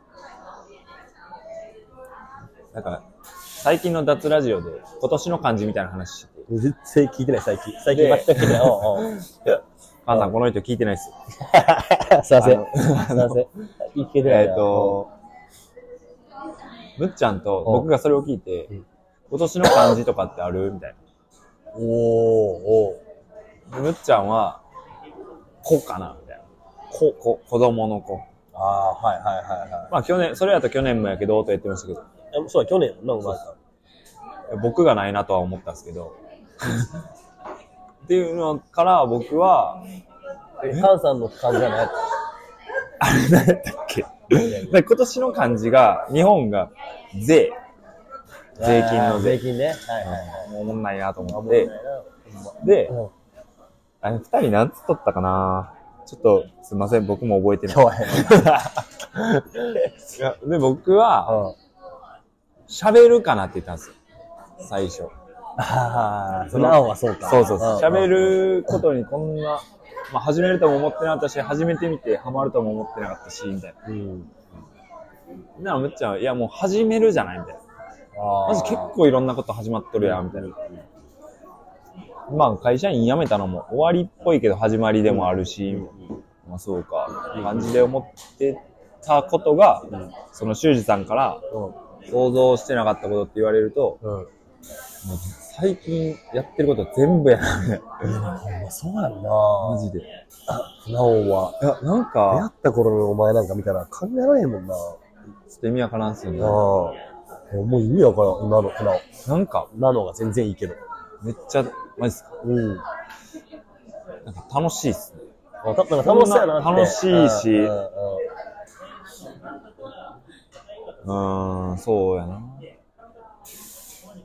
なんか、最近の脱ラジオで、今年の漢字みたいな話してて、んな。うん。全然聞いてない、最近。最近全く聞いてない。おうんうん。 すい母さんこの人聞いてないっす。ません。すいませあん。の最近聞いてない。えっ、と、むっちゃんと僕がそれを聞いてうん、今年の漢字とかってあるみたいうん、おー、おー。な。でむっちゃんは、子かなみたいな。子、子、子供の子。ああ、はいはいはいはまあ去年、それやと去年もやけど、と言ってましたけど、い。でもそうだ、去年やんな、生まれたの。僕がないなとは思ったんですけど。っていうのから僕は、えカンさんの感じじゃないあれ何やったっけで今年の漢字が、日本が、税。税金の税税。金ね。はいはいはい。もうおもんないなと思っでて。、で、あれ、二人なんつっとったかなちょっと、すいません、僕も覚えてない。今日いやで、僕は、は。喋るかなって言ったんですよ。最 初。ああ、素直はそうか。そうそうそう。喋る。ることにこんな、まあ、始めるとも思ってなかったし、始めてみてハマるとも思ってなかったし、みたいな。うん。なら、むっちゃんは、いや、もう始めるじゃない、みたいな。まず結構いろんなこと始まっとるやん、みたいな。まあ、会社員辞めたのも終わりっぽいけど始まりでもあるし、まあそうか、感じで思ってたことが、その修二さんから想像してなかったことって言われると、うん。うん。もう最近やってること全部やな、ね、ほんまそうやんなマジで。い素直は。や、なん出会か、った頃のお前なんか見たら考えられへんもんな。ちょっと意味わからんすよね。ああ。もう意味わからん、今の、素直。なんか、なのが全然いいけど。めっちゃ、マジっすかうん。なんか楽しいっすね。あたなんか楽しそうやなって。楽しいしうんうんうんうーん、そうやな。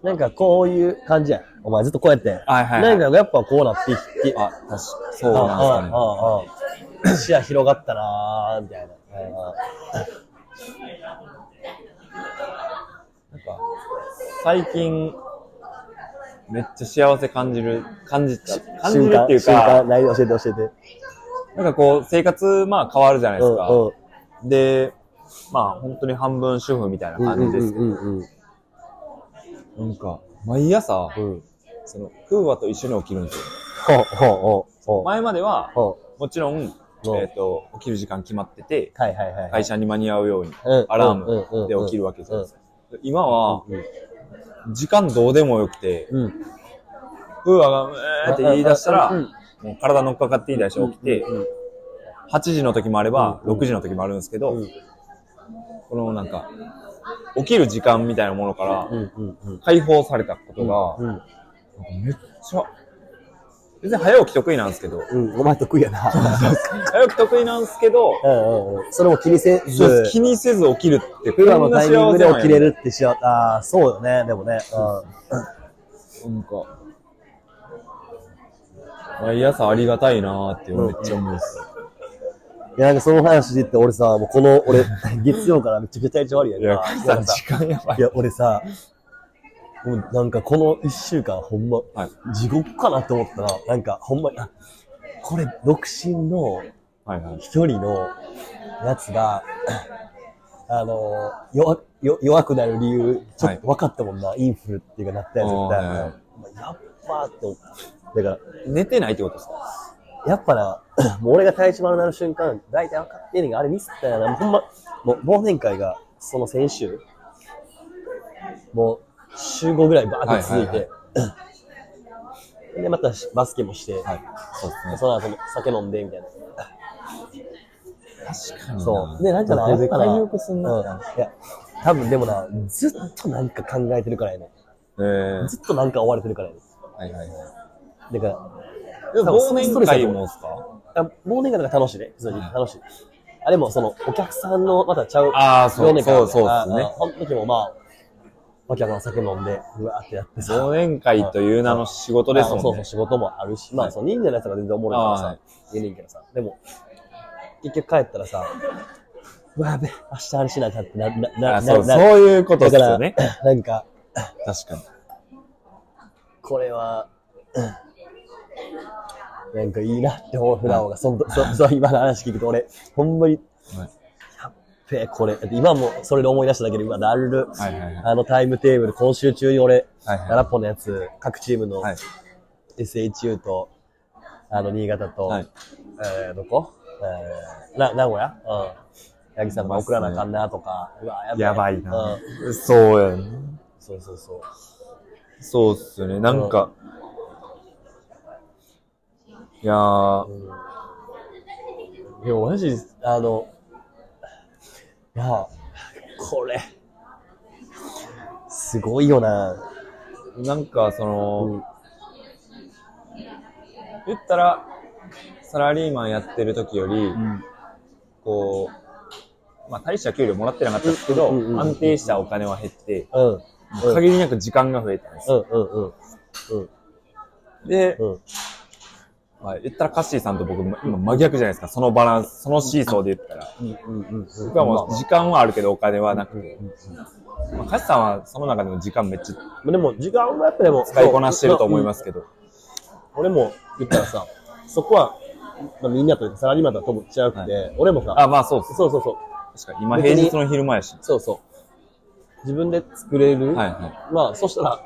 なんかこういう感じやん。お前ずっとこうやって。はいはいはいなんかやっぱこうなっていって。あ、確か、そうなんですかうね。んうんうん視野広がったなーみたいな。なんか、最近、めっちゃ幸せ感じる、感じた、感じるっていう瞬間、か、内容教えて教えて。なんかこう、生活、まあ変わるじゃないですか。うんうんで、まあ本当に半分主婦みたいな感じですけど、うんうんうんなんか、毎朝、うん。うん。その、風和と一緒に起きるんですよ。ほうほうほうほう。前までは、ほもちろん、えっ、うんと、起きる時間決まってて、う。はいはいはい。会社に間に合うように、うんアラームで起きるわけじゃないですか。今は、うん時間どうでもよくて、うん。風和が、えーって言い出したらうん、もう体乗っかかっていい台車起きて、うん8時の時もあれば、うん6時の時もあるんですけど、うんこのなんか、起きる時間みたいなものからうんうんうん。解放されたことが、うんめっちゃ、別に早起き得意なんです けど、うん。お前得意やな。早起き得意なんですけど、うんうんうん。それも気にせそうでずす、気にせず起きるって、こん今のタイミングで起きれる。るってしよう。ああ、そうよね。でもね。なんか、毎朝ありがたいなーってうんめっちゃ思うっす。うん。いや、なんかその話で言って、俺さ、もうこの、俺、 月曜からめっちゃくちゃ体調悪いやんいや、か。カジなさんんか時間やばいい。や、俺さ、もうなんかこの一週間ほんま、はい地獄かなと思ったら、なんかほんまに、あ、これ、独身のはいはい。一人のやつが、あの、弱、よ弱くなる理由、ちょっと分かったもんな、インフルっていうかなったやつみたいあーはいな。お前やっばーって思った。だから、寝てないってことですかやっぱな、 もう俺が体調悪くなる瞬間、大体分かってんねんが、あれミスったんやな、もうほんま、もう忘年会が、その先週、もう、週5ぐらいバーって続いて、はいで、またバスケもして、はい。そうですね。その後も酒飲んで、みたいな。確かにそう。で、なんかな、やっ全然ぱな、回うん、い復すんな。や、多分でもな、ずっとなんか考えてるからやね。ええー。ずっとなんか追われてるからやね。はいはいはだから、い。でも忘年会もですかあ忘年会とか楽しいね。普通に楽しい。あれもその、お客さんの、またちゃう。ああ、そう忘年会あそるう、そうやんですあねあ。その時もまあ、お客さん酒飲んで、うわーってやってさ。忘年会という名の仕事ですあそもうんそう、ね。仕事もあるし、まはあ、いその忍者のやつが全然おもろいからあーはさ、言えねんけどさ。でも、結局帰ったらさ、うわーやべ、明日あれしなきゃってな、な、な、あな、そう、そなういうことですよね。だからなんか、確かに。これは、うんなんかいいなって思う、普段が、そんと、そ、 そう、今の話聞くと俺、ほんまに、はいやっべえ、これ、今もそれで思い出しただけで、うわ、なる、はいはいはいあのタイムテーブル、今週中に俺、はいはい7本のやつ、各チームのはい。 SHU と、あの、新潟と、はいえー、どこえー、な、名古屋うん。八木さんも送らなあかんなとか、うわ、やばい。いなう。そうやん。そうそうそう。そうっすよね。なんか、いやー、いや、マジ、あの、いや、これ、すごいよな。なんかそうんの、。言ったら、サラリーマンやってる時より、こう、まあ大した給料もらってなかったですけど、うんうんうんうん安定したお金は減って、うん。うん。うん限りなく時間が増えたんですうよ。ん。うん。うん。で、うん。まあ、言ったらカッシーさんと僕、今真逆じゃないですか。そのバランス、そのシーソーで言ったら。うん。うん。僕はもう時間はあるけどお金はなくて。まあ、カッシーさんはその中でも時間めっちゃう、でも、時間はやっぱでも、。使いこなしてると思いますすけど。俺も言ったらさ、そこは、まあ、みんなとサラリーマンとはとも違うくて、俺もさ、あ、まあそうっす。そうそうそう、確かに。今平日の昼前やし。そうそう。自分で作れる。はいはまあ、そしたら、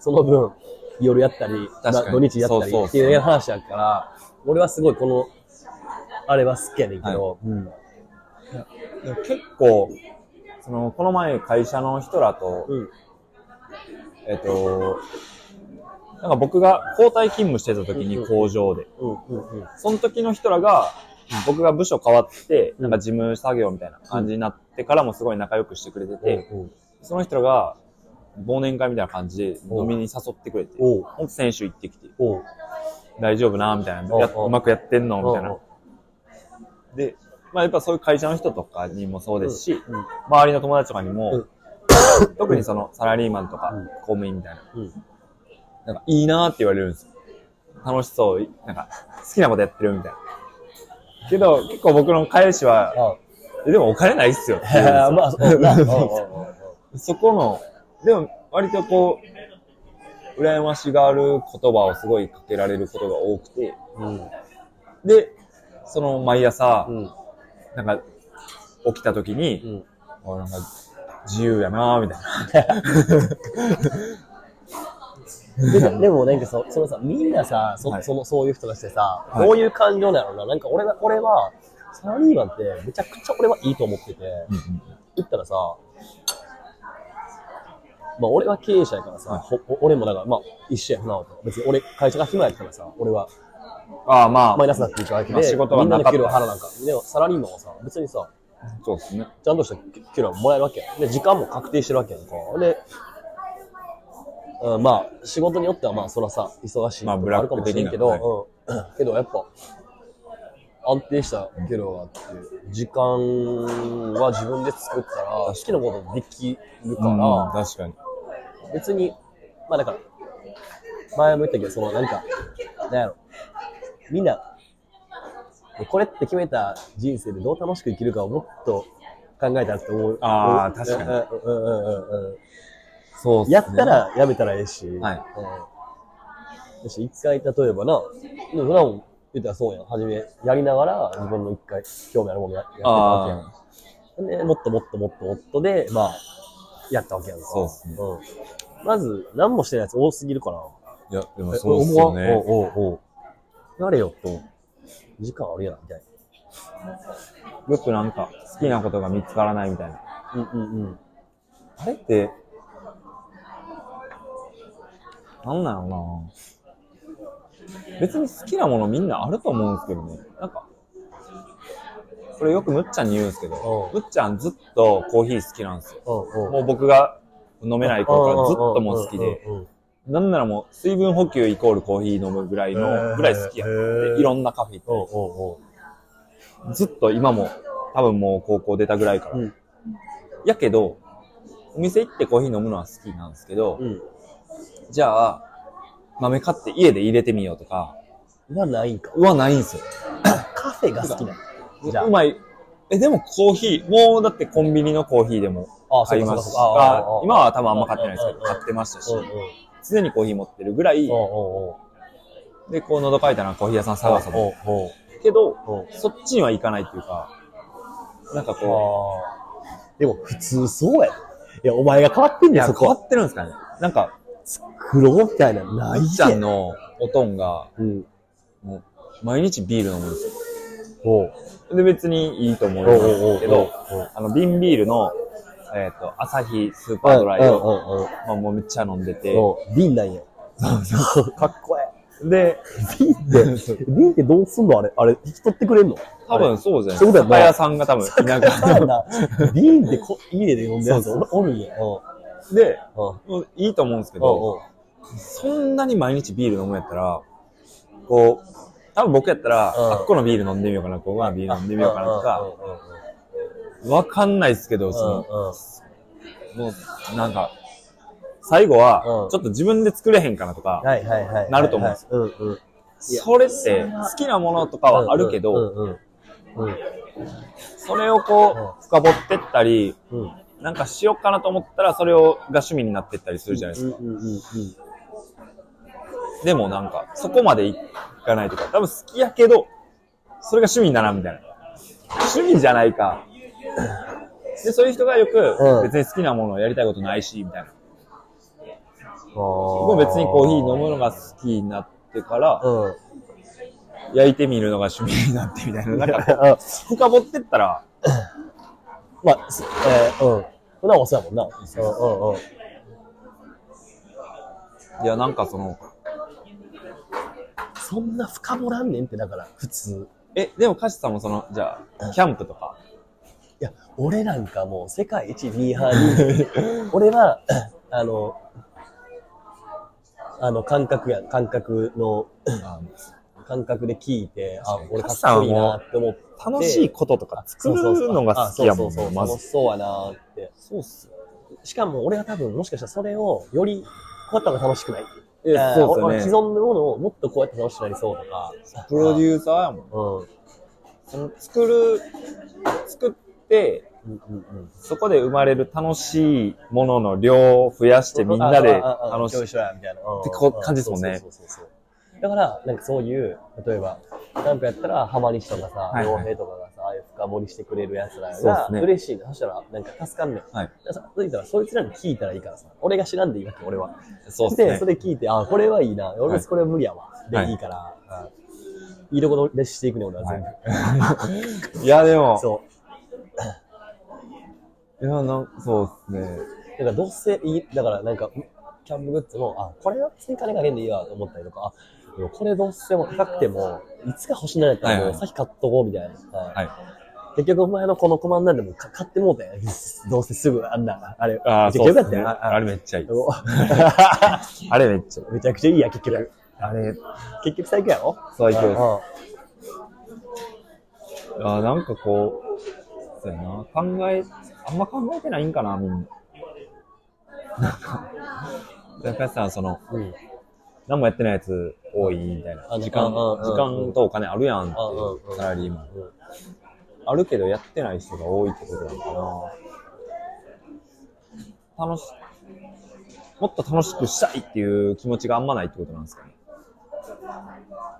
その分、夜やったり、確かにまあ土日やったりそうそうそうっていう話やから、俺はすごいこの、あれは好きやねんけど、うんい。でも結構、その、この前会社の人らと、うん。えっと、なんか僕が交代勤務してた時に工場で、うん。うん。うん。その時の人らが、僕が部署変わって、うんなんか事務作業みたいな感じになってからもすごい仲良くしてくれてて、うん。その人らが忘年会みたいな感じで飲みに誘ってくれて、おう。ほんと先週行ってきて、おう。大丈夫なみたいな、おうやおううまくやってんのみたいうんな。で、まあやっぱそういう会社の人とかにもそうですし、うんうん周りの友達とかにも、特にそのサラリーマンとかうん公務員みたいな、うん。なんかいいなーって言われるんですよ。楽しそう、いなんか好きなことやってるみたいな。けど、結構僕の彼氏は、あえでもお金ないっすよって言うんですあ、 よまあ、そうだ。うんうんうん そこの、でも割とこう、羨ましがる言葉をすごいかけられることが多くて、うん。で、その毎朝、うん。なんか起きた時に、うん。あなんか、自由やなぁ、みたいな。で でもなんかそそのさ、みんなさ、そ,、はいそのそういう人としてさ、はいどういう感情なのな、なんか俺は、俺は、サラリーマンってめちゃくちゃ俺はいいと思ってて、言ったらさ、まあ俺は経営者やからさ、はいほほ俺もだから、まあ一緒やなと。別に俺会社が暇やったらさ、俺はああ、まあ、マイナスになっていくわけまあで、仕事がみんななのかった給料払うなんか。でも、サラリーマンはさ、別にさ、そうですね。ちゃんとした給料もらえるわけやん。で、時間も確定してるわけやんか。で、うん、まあ、仕事によってはまあ、そらさ、忙しいまあとブかラあッるクかもしれんけ的など、うん。けど、やっぱ、安定した給料があって、時間は自分で作ったら、好きなことできるから、うん、確かに。別に、まあだから、前も言ったけど、そのなんか、なんやろ、みんな、これって決めた人生でどう楽しく生きるかをもっと考えたらって思う。あうーん確かにうんうんうんうんうんそうっすね。やった、らやめたらええし。はいうん。だし、一回、例えばな、でもそんなもん言ったらそうやん。初め、やりながら自分の一回、興味あるものややってたわけやんあ。で、もっともっともっともっとで、まあ、やったわけやんか。そうっすねうん。まず、何もしてないやつ多すぎるから。いや、でもえそうっすよおね。うおうおうやれよと。時間あるやん、みたいあ。よくなんか、好きなことが見つからないみたいな。な。うんうんうん。あれって、なんなのな別に好きなものみんなあると思うんですけどね。なんか、これよくむっちゃんに言うんですけど、うむっちゃんずっとコーヒー好きなんですよ。おうおうもう僕が飲めない頃からずっともう好きで、うんうんうんなんならもう水分補給イコールコーヒー飲むぐらいの、ぐらい好きやっへーて、いろんなカフェおうお行っうおうて、ずっと今も、多分もう高校出たぐらいから。うんやけど、お店行ってコーヒー飲むのは好きなんですけど、うん。じゃあ、豆買って家で入れてみようとか、はないんか。うわ、ないんすよ。カフェが好きなの。じゃうまい。え、でもコーヒー、もうだってコンビニのコーヒーでもあ、あ、そ買ういかそうかますそうし、かああ今は多分あんま買ってないですけど、買ってましたしうん、うん。常にコーヒー持ってるぐらい、おうおうおうで、こう喉乾いたらコーヒー屋さん探さおとうおうけど、おうそっちには行かないっていうか、なんかこあーでも普通そうやん。いや、お前が変わってんう、いねん、や、そ変こわは。ってるんですかね。なんか、黒みたいなのないみっちゃやんのおとんが、うん。もう、毎日ビール飲むんですおうよ。で、別にいいと思おううおうおんうですけど、おうあの、瓶ビールの、えっ、と、アサヒスーパードライうんを、うんうんまあ、もうめっちゃ飲んでて、おう瓶なんや。かっこえで、え。瓶 って、瓶ってどうすんのあれ、あれ、引き取ってくれんの多分そうじゃないそうだよね酒屋さんが多分いなくあ なれな瓶ってこ家で飲んでるやつそおおるんや。おうで、おうもういいと思うんですけおど、うそんなに毎日ビール飲むやったら、こう、多分僕やったら、うんあっこのビール飲んでみようかな、ここのビール飲んでみようかなとうんか、うんうんうんわかんないですけど、そその、もう、なんか、最後はうん、ちょっと自分で作れへんかなとかの、はいはいはい。なると思うんですうんうん。いやそれって好きなものとかはあるけど、うんうん。うんそれをこう、深掘ってったり、うん。なんかしようかなと思ったら、それをが趣味になってったりするじゃないですか。うんうんうんうん。でもなんか、そこまでいかないとか、多分好きやけど、それが趣味にならんみたいな。趣味じゃないか。 で、そういう人がようんく、別に好きなものをやりたいことないし、みたいな。僕僕別にコーヒー飲むのが好きになってから、む。うん。焼いてみるのが趣味になってみたい な。なんか、深掘ってったら、まあ、すえー、うん。そんなんもそうやもんな。うんうんうん。いや、なんかその、そんな深掘らんねんって、だから、普通。え、でもカシさんもその、じゃあ、キャンプとか、いや、俺なんかもう世界一ミーハーに、俺は、 あの、あの、感覚やん、感覚の、あの感覚で聞いて、あ確か、に俺かっこいいなって思って。楽しいこととか作るのが好きやもそうそうそうあそうそうんそね、うま楽ず。しそうやなって。そうっすしかも俺は多分もしかしたらそれをよりこうやった方が楽しくない。え、そう俺っす既よね。存のものをもっとこうやって楽しくなりそうとか。プロデューサーやもん。うん。うんその作る、作って、うんうん。そこで生まれる楽しいものの量を増やしてみんなで楽今し日い。一緒や、みたいな。ってこう感じですもんねそうそうそうそうだから、なんかそういう、例えば、キャンプやったら、浜西とかさ、いはい洋平とかがさ、ああいう深掘りしてくれる奴らそうがですね嬉しいね。そしたら、なんか助かんねん。はい。だからさそう言ったら、そいつらに聞いたらいいからさ、俺が知らんでいいわけ、俺は。そうっすで、ねそ。れ聞いて、あ、これはいいな、俺は別いにこれは無理やわ。はで、いいいから、うんいいところでしていくね、俺は全部。いや、でも、そう。いや、なんそうっすね。だからどうせいい、だからなんか、キャンプグッズも、あ、これは別に金かけんでいいわと思ったりとか、あでもこれどうせも高くても、いつか欲しなれたらもはいうはい先買っとこうみたいな。はいはい結局お前のこのコマンなんでもか買ってもうて。 どうせすぐあんな、あれ。ああ、結そう局ですだってね。ね。ああれめっちゃいいです。ああれめっちゃ。めちゃくちゃいいや、結局。あれ、結局最強やろ最強です。うんあーなんかこう、そうやな、考え、あんま考えてないんかな、みんな。なんか、中橋さん、その、うん。何もやってないやつ多いみたいなあ。の時間、うんうんうん時間とお金あるやんってうんうんうんサラリーマンうん。あるけどやってない人が多いってことなのかな。楽し、もっと楽しくしたいっていう気持ちがあんまないってことなんですかね。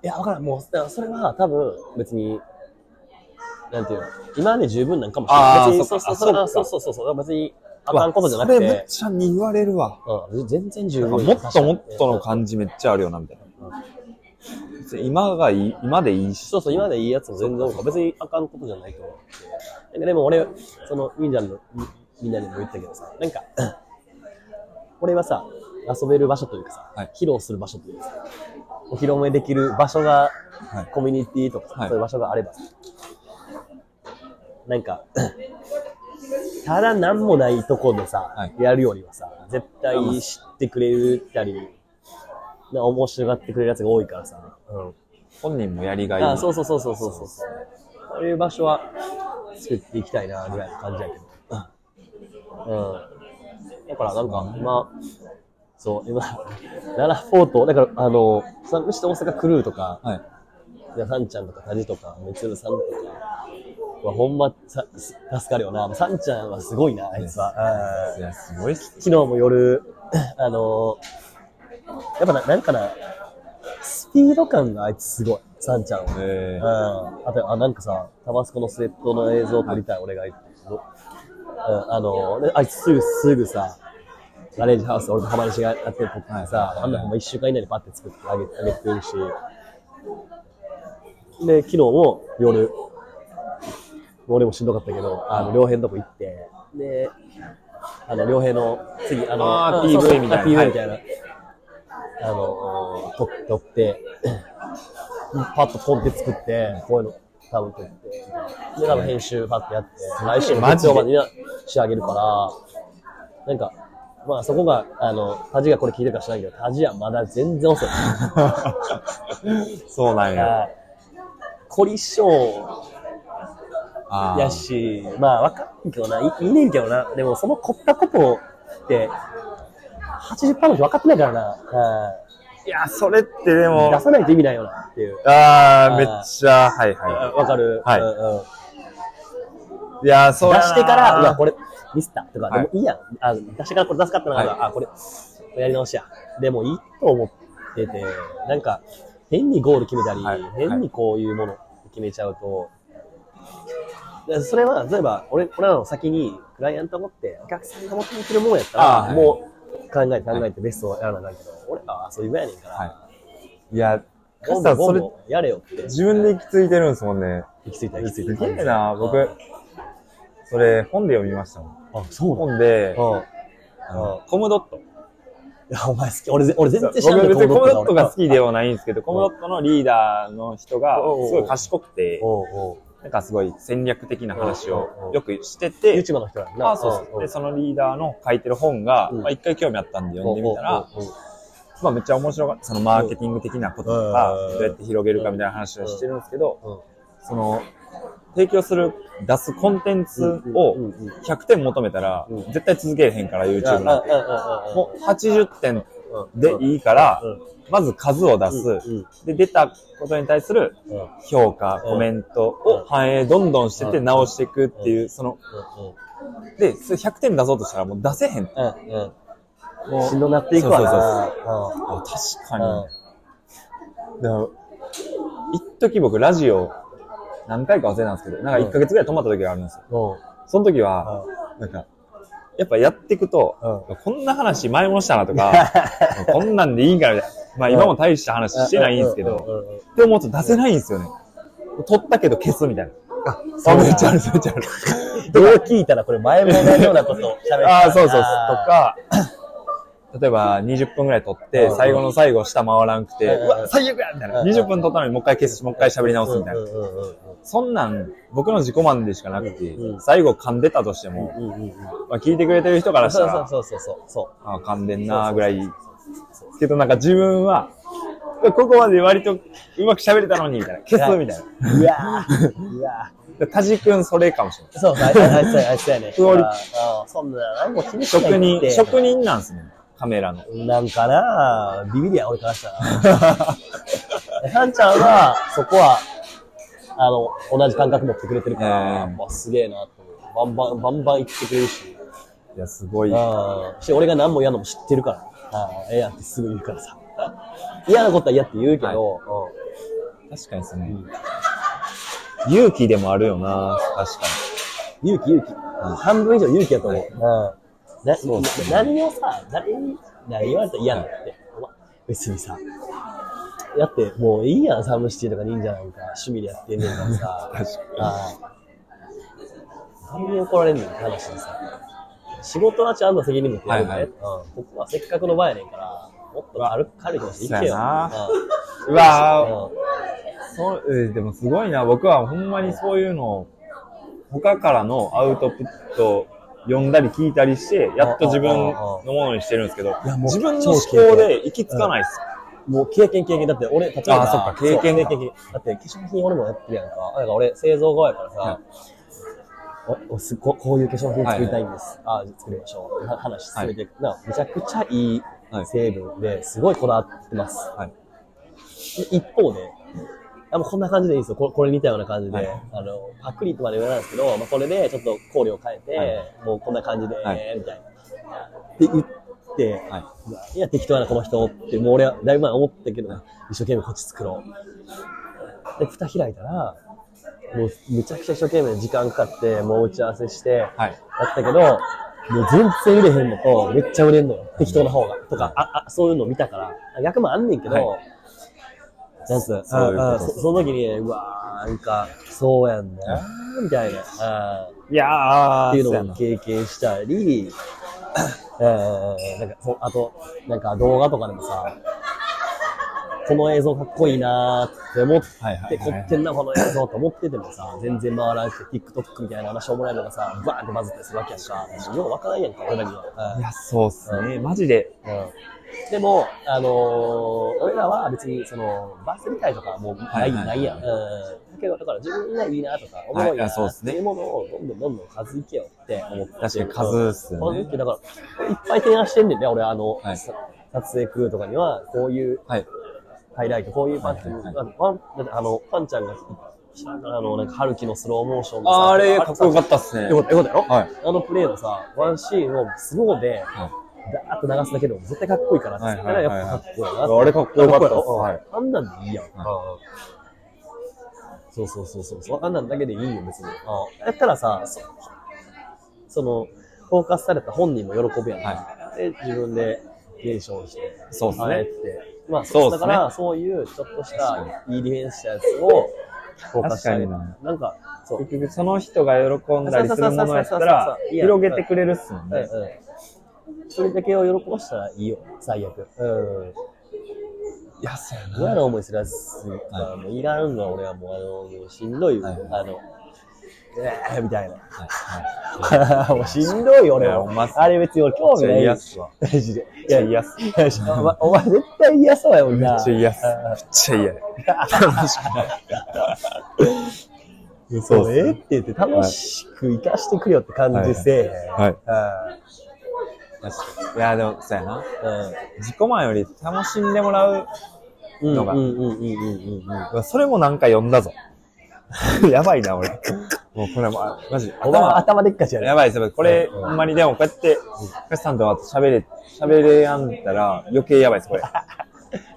いや、わからん。もう、だからそれは多分、別に、なんていうの、今で十分なんかもしれない。あー別にそっかそうそうそうあそっかそうそうそう。別に、あかんことじゃなく、うわそれめってちゃに言われるわ。うん、全然十なんか分。もっともっとの感じめっちゃあるよな、みたいな。別に今がいい、今でいいし。そうそう、今までいいやつも全然多いから別にあかんことじゃないと思う。ででも俺、その、みんなの、みみんなにも言ったけどさ、なんか、 俺はさ、遊べる場所というかさ、はい披露する場所というかさ、お披露目できる場所が、はいコミュニティとかさ、はいそういう場所があればさ、なんか、 ただ何もないとこでさ、はいやるよりはさ、絶対知ってくれたり、な面白がってくれるやつが多いからさ、うん。本人もやりがい。あそうそうそうそうそうそうそう。こういう場所は作っていきたいなぐらいの感じやけど。うん。だからなんか、まあ、そう、今、ララフォート、だから、あの、さうちと大阪クルーとか、はい。じゃあサンちゃんとかタジとか、みつるさんとか、はほんまさす助かるよな。サンちゃんはすごいな、あいつは。うんいや、すごいっす。昨日も夜、 あのやっぱな、なんかな、スピード感があいつすごい、サンちゃんは。えうんーあと、あ、なんかさ、タバスコのスウェットの映像撮りたい、俺が言ってたけどうん、あの、であいつすぐ、すぐさ、ガレージハウス、俺と浜西がやってる時にさ、あんなほんま一週間以内にパッて作ってあげあげてくれるし、で、昨日も夜、俺もしんどかったけど、あの、両辺のとこ行って、で、あの、両辺の、次、あの、あーうん PV そうそうみたいなあ PV みたいな。あの、撮撮って、パッとコンテ作って、こういうの多分撮って、で、多分編集パッてやって、来週の月曜までには仕上げるから、なんか、まあそこが、あの、タジがこれ聞いてるか知らんけど、タジはまだ全然遅い。そうなんや。凝り性あやあ。し、まあわかんけどな、いいいねんけどな、でもその凝ったことって、80%の人分かってないからな、いや、それってでうんも、出さないと意味ないよなっていう。ああーあ、めっちゃ、はいはわかるはいうんうんい。いやー、そうや出なーしてから、うわ、これ、ミスったとか、はいでもいいやん。あ出してからこれ出すかったな、はいあ、これ、やり直しや。でもいいと思ってて、なんか、変にゴール決めたり、はい変にこういうもの決めちゃうと、でそれは、例えば、俺、俺らの先に、クライアントが持って、お客さんが持ってくるもんやったら、あーはいもう、考えて考えてベストをやらなあかんけど、俺らはそういうぐらいやねんから、はいいや、ボンカボスさンん、ボそンれ、ボンやれよって。自分で行き着いてるんですもんね。行き着いた、行き着すいた。げえなー、僕、それ、本で読みましたもん。あ、そうなの本で、うん。あのコムドット。い や、お前好き。俺ぜ、俺全然知らん僕、け別どにコムド俺ットが好きではないんですけど、コムドットのリーダーの人が、おうおうすごい賢くて、おうおう。なんかすごい戦略的な話おうおをうよくしてて、 YouTuber の人やんな。あそうそう。んで、そのリーダーの書いてる本が、うんまあ一回興味あったんでお読うんでみたら、おうおうまあめっちゃ面白かった。そのマーケティング的なこととかうん、どうやって広げるかみたいな話をしてるんですけど、おうその、提供する、出すコンテンツうんをうんうん100点求めたらうん、絶対続けれへんから、YouTube なんて。ももう80点うでいいからうん、まず数を出す。で、出たことに対する評価、うんコメントを反映どんどんしてって直していくっていう、その、で、それ100点出そうとしたらもう出せへん。もうしんどなっていくわな。あ確かうんうんに。だから一時僕ラジオ何回か忘れたんですけど、なんか1ヶ月ぐらい止まった時があるんですよ。うんその時は、なんか、やっぱやっていくと、こんな話前もしたな とか、こんなんでいいんかなみたいな。まあ今も大した話してないんですけうど、んうんうんって思うと出せないんですよね。撮ったけど消すみたいな。そうあ、だめっちゃある、めっちゃある。 どう聞いたらこれ前も同じようなこと喋ってたな ああ、そうそうそう。とか、例えば20分ぐらい撮って、うん最後の最後下回らんくて、うんうわ、最悪やみたいな。うん20分撮ったのにもう一回消すし、もう一回喋り直すみたいな。うんうんうんそんなん、僕の自己満でしかなくてうん、最後噛んでたとしても、うんうんうんうんまあ聞いてくれてる人からしたそうら、そうそうそうそう。あ噛んでんなーぐらい。けどなんか自分は、ここまで割とうまく喋れたのに、みたいな。消すみたいな。いやー、いやでタジ君それかもしれない。ー。そうそう、あいつあいつあいつやね。クオリティあーそんな、もう厳しく職ないって人、職人なんですね。カメラの。なんかなビビりや、俺からした ら。ハンちゃんは、そこは、あの、同じ感覚持ってくれてるから、うんわすげえなと思う。バンバン、バンバン言ってくれるし。いや、すごい。うん。し、俺が何も嫌なのも知ってるから。あーええやんってすぐ言うからさ。 嫌なことは嫌って言うけど、確かにですね。勇気でもあるよな確かうん勇気、勇気、半分以上勇気やと思う。うん。なそうですねな何をさ、誰に、何言われたら嫌なのって。お前別にさ。だって、もういいやん、サムシティとか忍者なんか趣味でやってんねんから さ。に。確かああ。何に怒られんねんって話でさ。仕事はちゃんと責任持ってやるんだね。はういん。ここはせっかくの場やねんから、もっと軽く軽くしていけそうよ。やなうんに。うわうんぁ、そう、えーでもすごいな。僕はほんまにそういうのを、他からのアウトプットを読んだり聞いたりして、やっと自分のものにしてるんですけどいや、もう自分の思考で行き着かないっす。もう経験経験。だって俺、例えば、あそっか経験そうか経験。だって化粧品俺もやってるやんか。だから俺、製造側やからはさ、おおすここういう化粧品作りたいんです。ああ、じゃあ作りましょう。は話進めていく。なめちゃくちゃいいはい成分ですごいこだわってます。はいで一方で、あもうこんな感じでいいですよ。これこれ似たような感じで、はいあの、パクリとまで言わないですけど、まあ、これでちょっと香料変えて、はいもうこんな感じで、はいみたいな。って言って、はい。いや、適当やな、この人って、もう俺はだいぶ前思ったけど、一生懸命こっち作ろう。で、蓋開いたら、もうめちゃくちゃ一生懸命時間かかって、もう打ち合わせして、やっはい。たけど、もう全然売れへんのと、めっちゃ売れんのよ。適当な方が。とか、あ、あ、そういうの見たから、あ役もあんねんけど、はなんつうそういうことああそその時に、うわー、なんか、そうやんな、みたいな。あーいやー、っていうそうやのをな経験したり、 えーなんかそうあと、なんか動画とかでもさ、この映像かっこいいなーって思っはいはいて、凝ってんな、この映像と思っててもさ、全然回らなくて、TikTok みたいな話をもらえるのがさ、バーンってバズったりするわけやんか。ようわからんやんか、俺らには。ういんや、そうっすね。マジで。うんでも、あのー俺らは別に、その、バスみたいとかはもうない、はいはいないやん。うん。だけど、だから自分がいいなとか、おもろいなあそうっすってねいうものをどんどんどんどん数いけよって思ってて。確かに数っすよねうん数だから、いっぱい提案してんねんね、俺、あの、はいさ撮影クルーとかには、こういうはい。ハイライト、こういうパンチ、はいはいあパンだってあの、パンちゃんが、あの、なんか、春樹のスローモーションのさあれ、かっこよかったっすね。よかった、よかったよ。はいあのプレイのさ、ワンシーンをスローで、はいダーッと流すだけでも絶対かっこいいからって、はそいれはいかはらやっいぱかっこいいなあれかっこよかったっすかっこいいはいあんなんでいいやん。はうんそうそうそうそうそう。あんなんだけでいいよ、別に。やったらさ、そその、フォーカスされた本人も喜ぶやんか。で、自分で検証して。そうっすねあれって。まあ、そうっすねだから、そういうちょっとしたいいディフェンスしたやつを、フォーカスしたり確かになんか、そう。結局その人が喜んだりするものやっそうそうそうそうそうたらそういいやん広げてくれるっすもんうんね。うん。それだけを喜ばしたらいいよ、最悪。うん。いや、そうや嫌な思いするやつが、もういらんの、俺はもう、あの、もうしんどいよ、はいあの、えーみたいな。はもうしんどいよ、俺いやほんまはっ。すあれ別に俺興味なめっちゃい。嫌っす わ。マジで。い。めっちゃ嫌っす。めっお前、お前絶対嫌そうやもんな。ちゃ嫌っす。めっちゃ嫌や。楽しくない。そそううっええっすね。て言って楽しく生かしてくれよって感じせえ。はい。あ確かにいや、でも、そうやな。あ自己満より楽しんでもらう。うん。うんのうがんうんうんうんうん。うわそれもなんか読んだぞ。 やばいな、俺。もうこれも、あマジ、お前は頭、頭でっかちやね。やばいです。やばいこれ、うんほんまにでもこうやって、カシさんと喋れ、喋れやんだら余計やばいです、これ。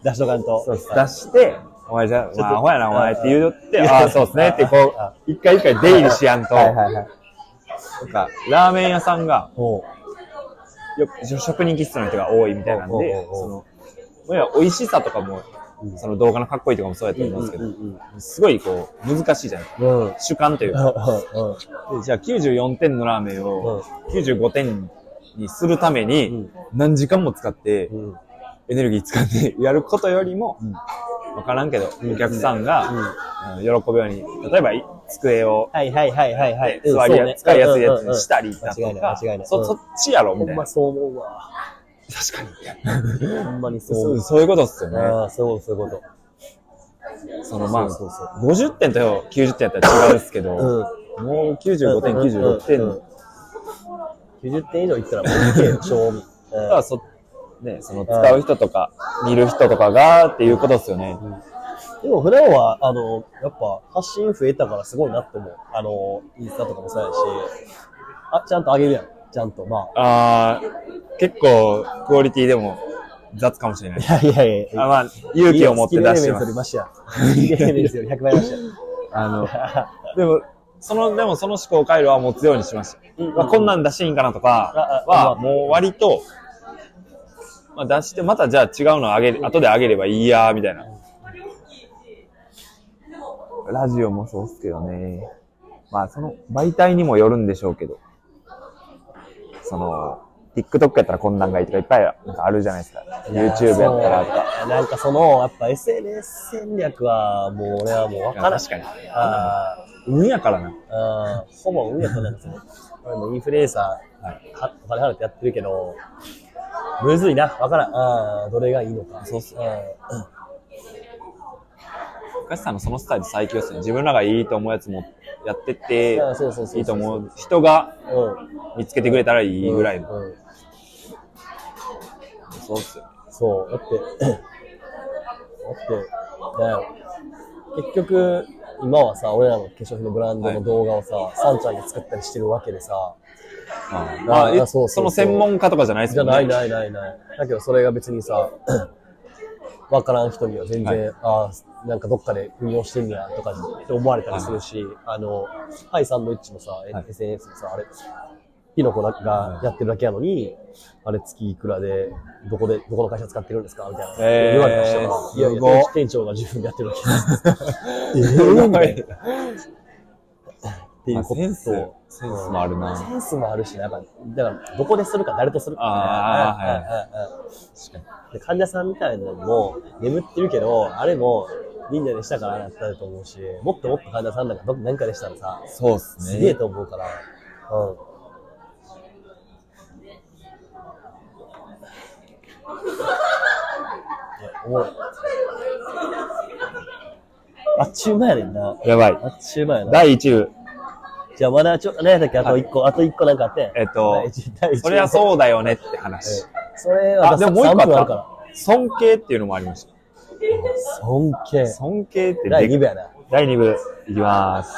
出しとかんと。そうです出して、お前じゃ、まあ、アホやな、お前って言うよって、うんああ、そうですねって、こう、一回一回出入りしやんと、はいなはいはい。んか、ラーメン屋さんが、おうよく、職人気質の人が多いみたいなんおうで、おうおうその、要は美味しさとかもう、んその動画のかっこいいとかもそうやと思うんですけうんうんうんど、すごいこう、難しいじゃないですか。うん。主観というか。うでじゃあ94点のラーメンを95点にするために、うん何時間も使って、うん。エネルギー使ってやることよりも、うんわからんけど、お客さんが、うん喜ぶように、例えばい机を、はいはいはいはいはい。ね。座りや、使いやすいやつにしたたり間だと違いないか間違いな、いそ、うんそっちやろみほたんいまな。そう思うわ。確かに。ほんまにそうそ思うう。そういうことっすよね。ああ、そういうことそういうこそのまあ、そうそうそう50点と90点やったら違うっすけと。ど、うん。もう95点、96点だ90点以上いったらもう OK よ、賞味。ったらそ、ね、その使う人とか、見る人とかがっていうことっすよね。でも、普段は、あの、やっぱ、発信増えたからすごいなって思う。あの、インスタとかもそうやし、あ、ちゃんと上げるやん。ちゃんと、まあー、結構、クオリティでも雑かもしれない。あ。いやいやいやあまあ、勇気を持って出してまよりす。マシや。スキルエレメンツより100倍マシ や。あの、でも、その、でもその思考回路は持つようにしました。うんうんまあ、こんなん出していいんかなとかああは、まあもう割と、まあ、出して、またじゃあ違うのあげる、後であげればいいや、みたいな。ラジオもそうっすけどね。まあ、その媒体にもよるんでしょうけど。その、TikTok やったらこんなんがいいとかいっぱいなんかあるじゃないですか。YouTube やったらとか。そうなんかその、やっぱ SNS 戦略は、もう俺はもうわからん。確かに。あ海やからな。ーあー、ほぼ運やとなんかその、俺もインフルエンサー、はお金払ってやってるけど、むずいな、わからん。あーどれがいいのか。そうっすね。ガチさんのそのスタイル最強ですね。自分らがいいと思うやつもやってって、あそうそうそうそういいと思う人がう見つけてくれたらいん。いぐらいの。の。うんそうっすよね。そう、だって、だって、なんやろ結局、今はさ、俺らの化粧品のブランドの動画をさ、サンちゃんが作ったりしてるわけでさ、あまあ、あえそそうそうそうの専門家とかじゃないですじゃよね。ないないないない。だけどそれが別にさ、 わからん人には全然、はいああ、なんかどっかで運用してんねやとかって思われたりするし、あの、ハイサンドイッチもさ、はい SNS もさ、あれ、ピノコがやってるだけやのに、あれ月いくらで、どこで、どこの会社使ってるんですかみたいな。えー言われたりしてもいやいすごやい、店長が自分でやってるわ けです。えすごいーみたいなっていうまあことセンス、センスもあるな。センスもあるし、やっぱ、だから、どこでするか、誰とするか。あーうんうんうんで患者さんみたいなのも、眠ってるけど、あれも、みんなでしたからやったらと思うし、もっともっと患者さんなんか、ど何かでしたらさ、そうっすね。すげえと思うから、うん。いやおもろいあっちゅう間やねんな。やばい。あっちゅう間やな。第1部。じゃあまだちょっと、何やったっけあと一個、あと一個なんかあって。えっと第一第一そりゃそうだよねって話。それは、あ、でももう一個3分ああっるから。た。尊敬っていうのもありました。尊敬。尊敬って第で2か部やな。第2部いきます。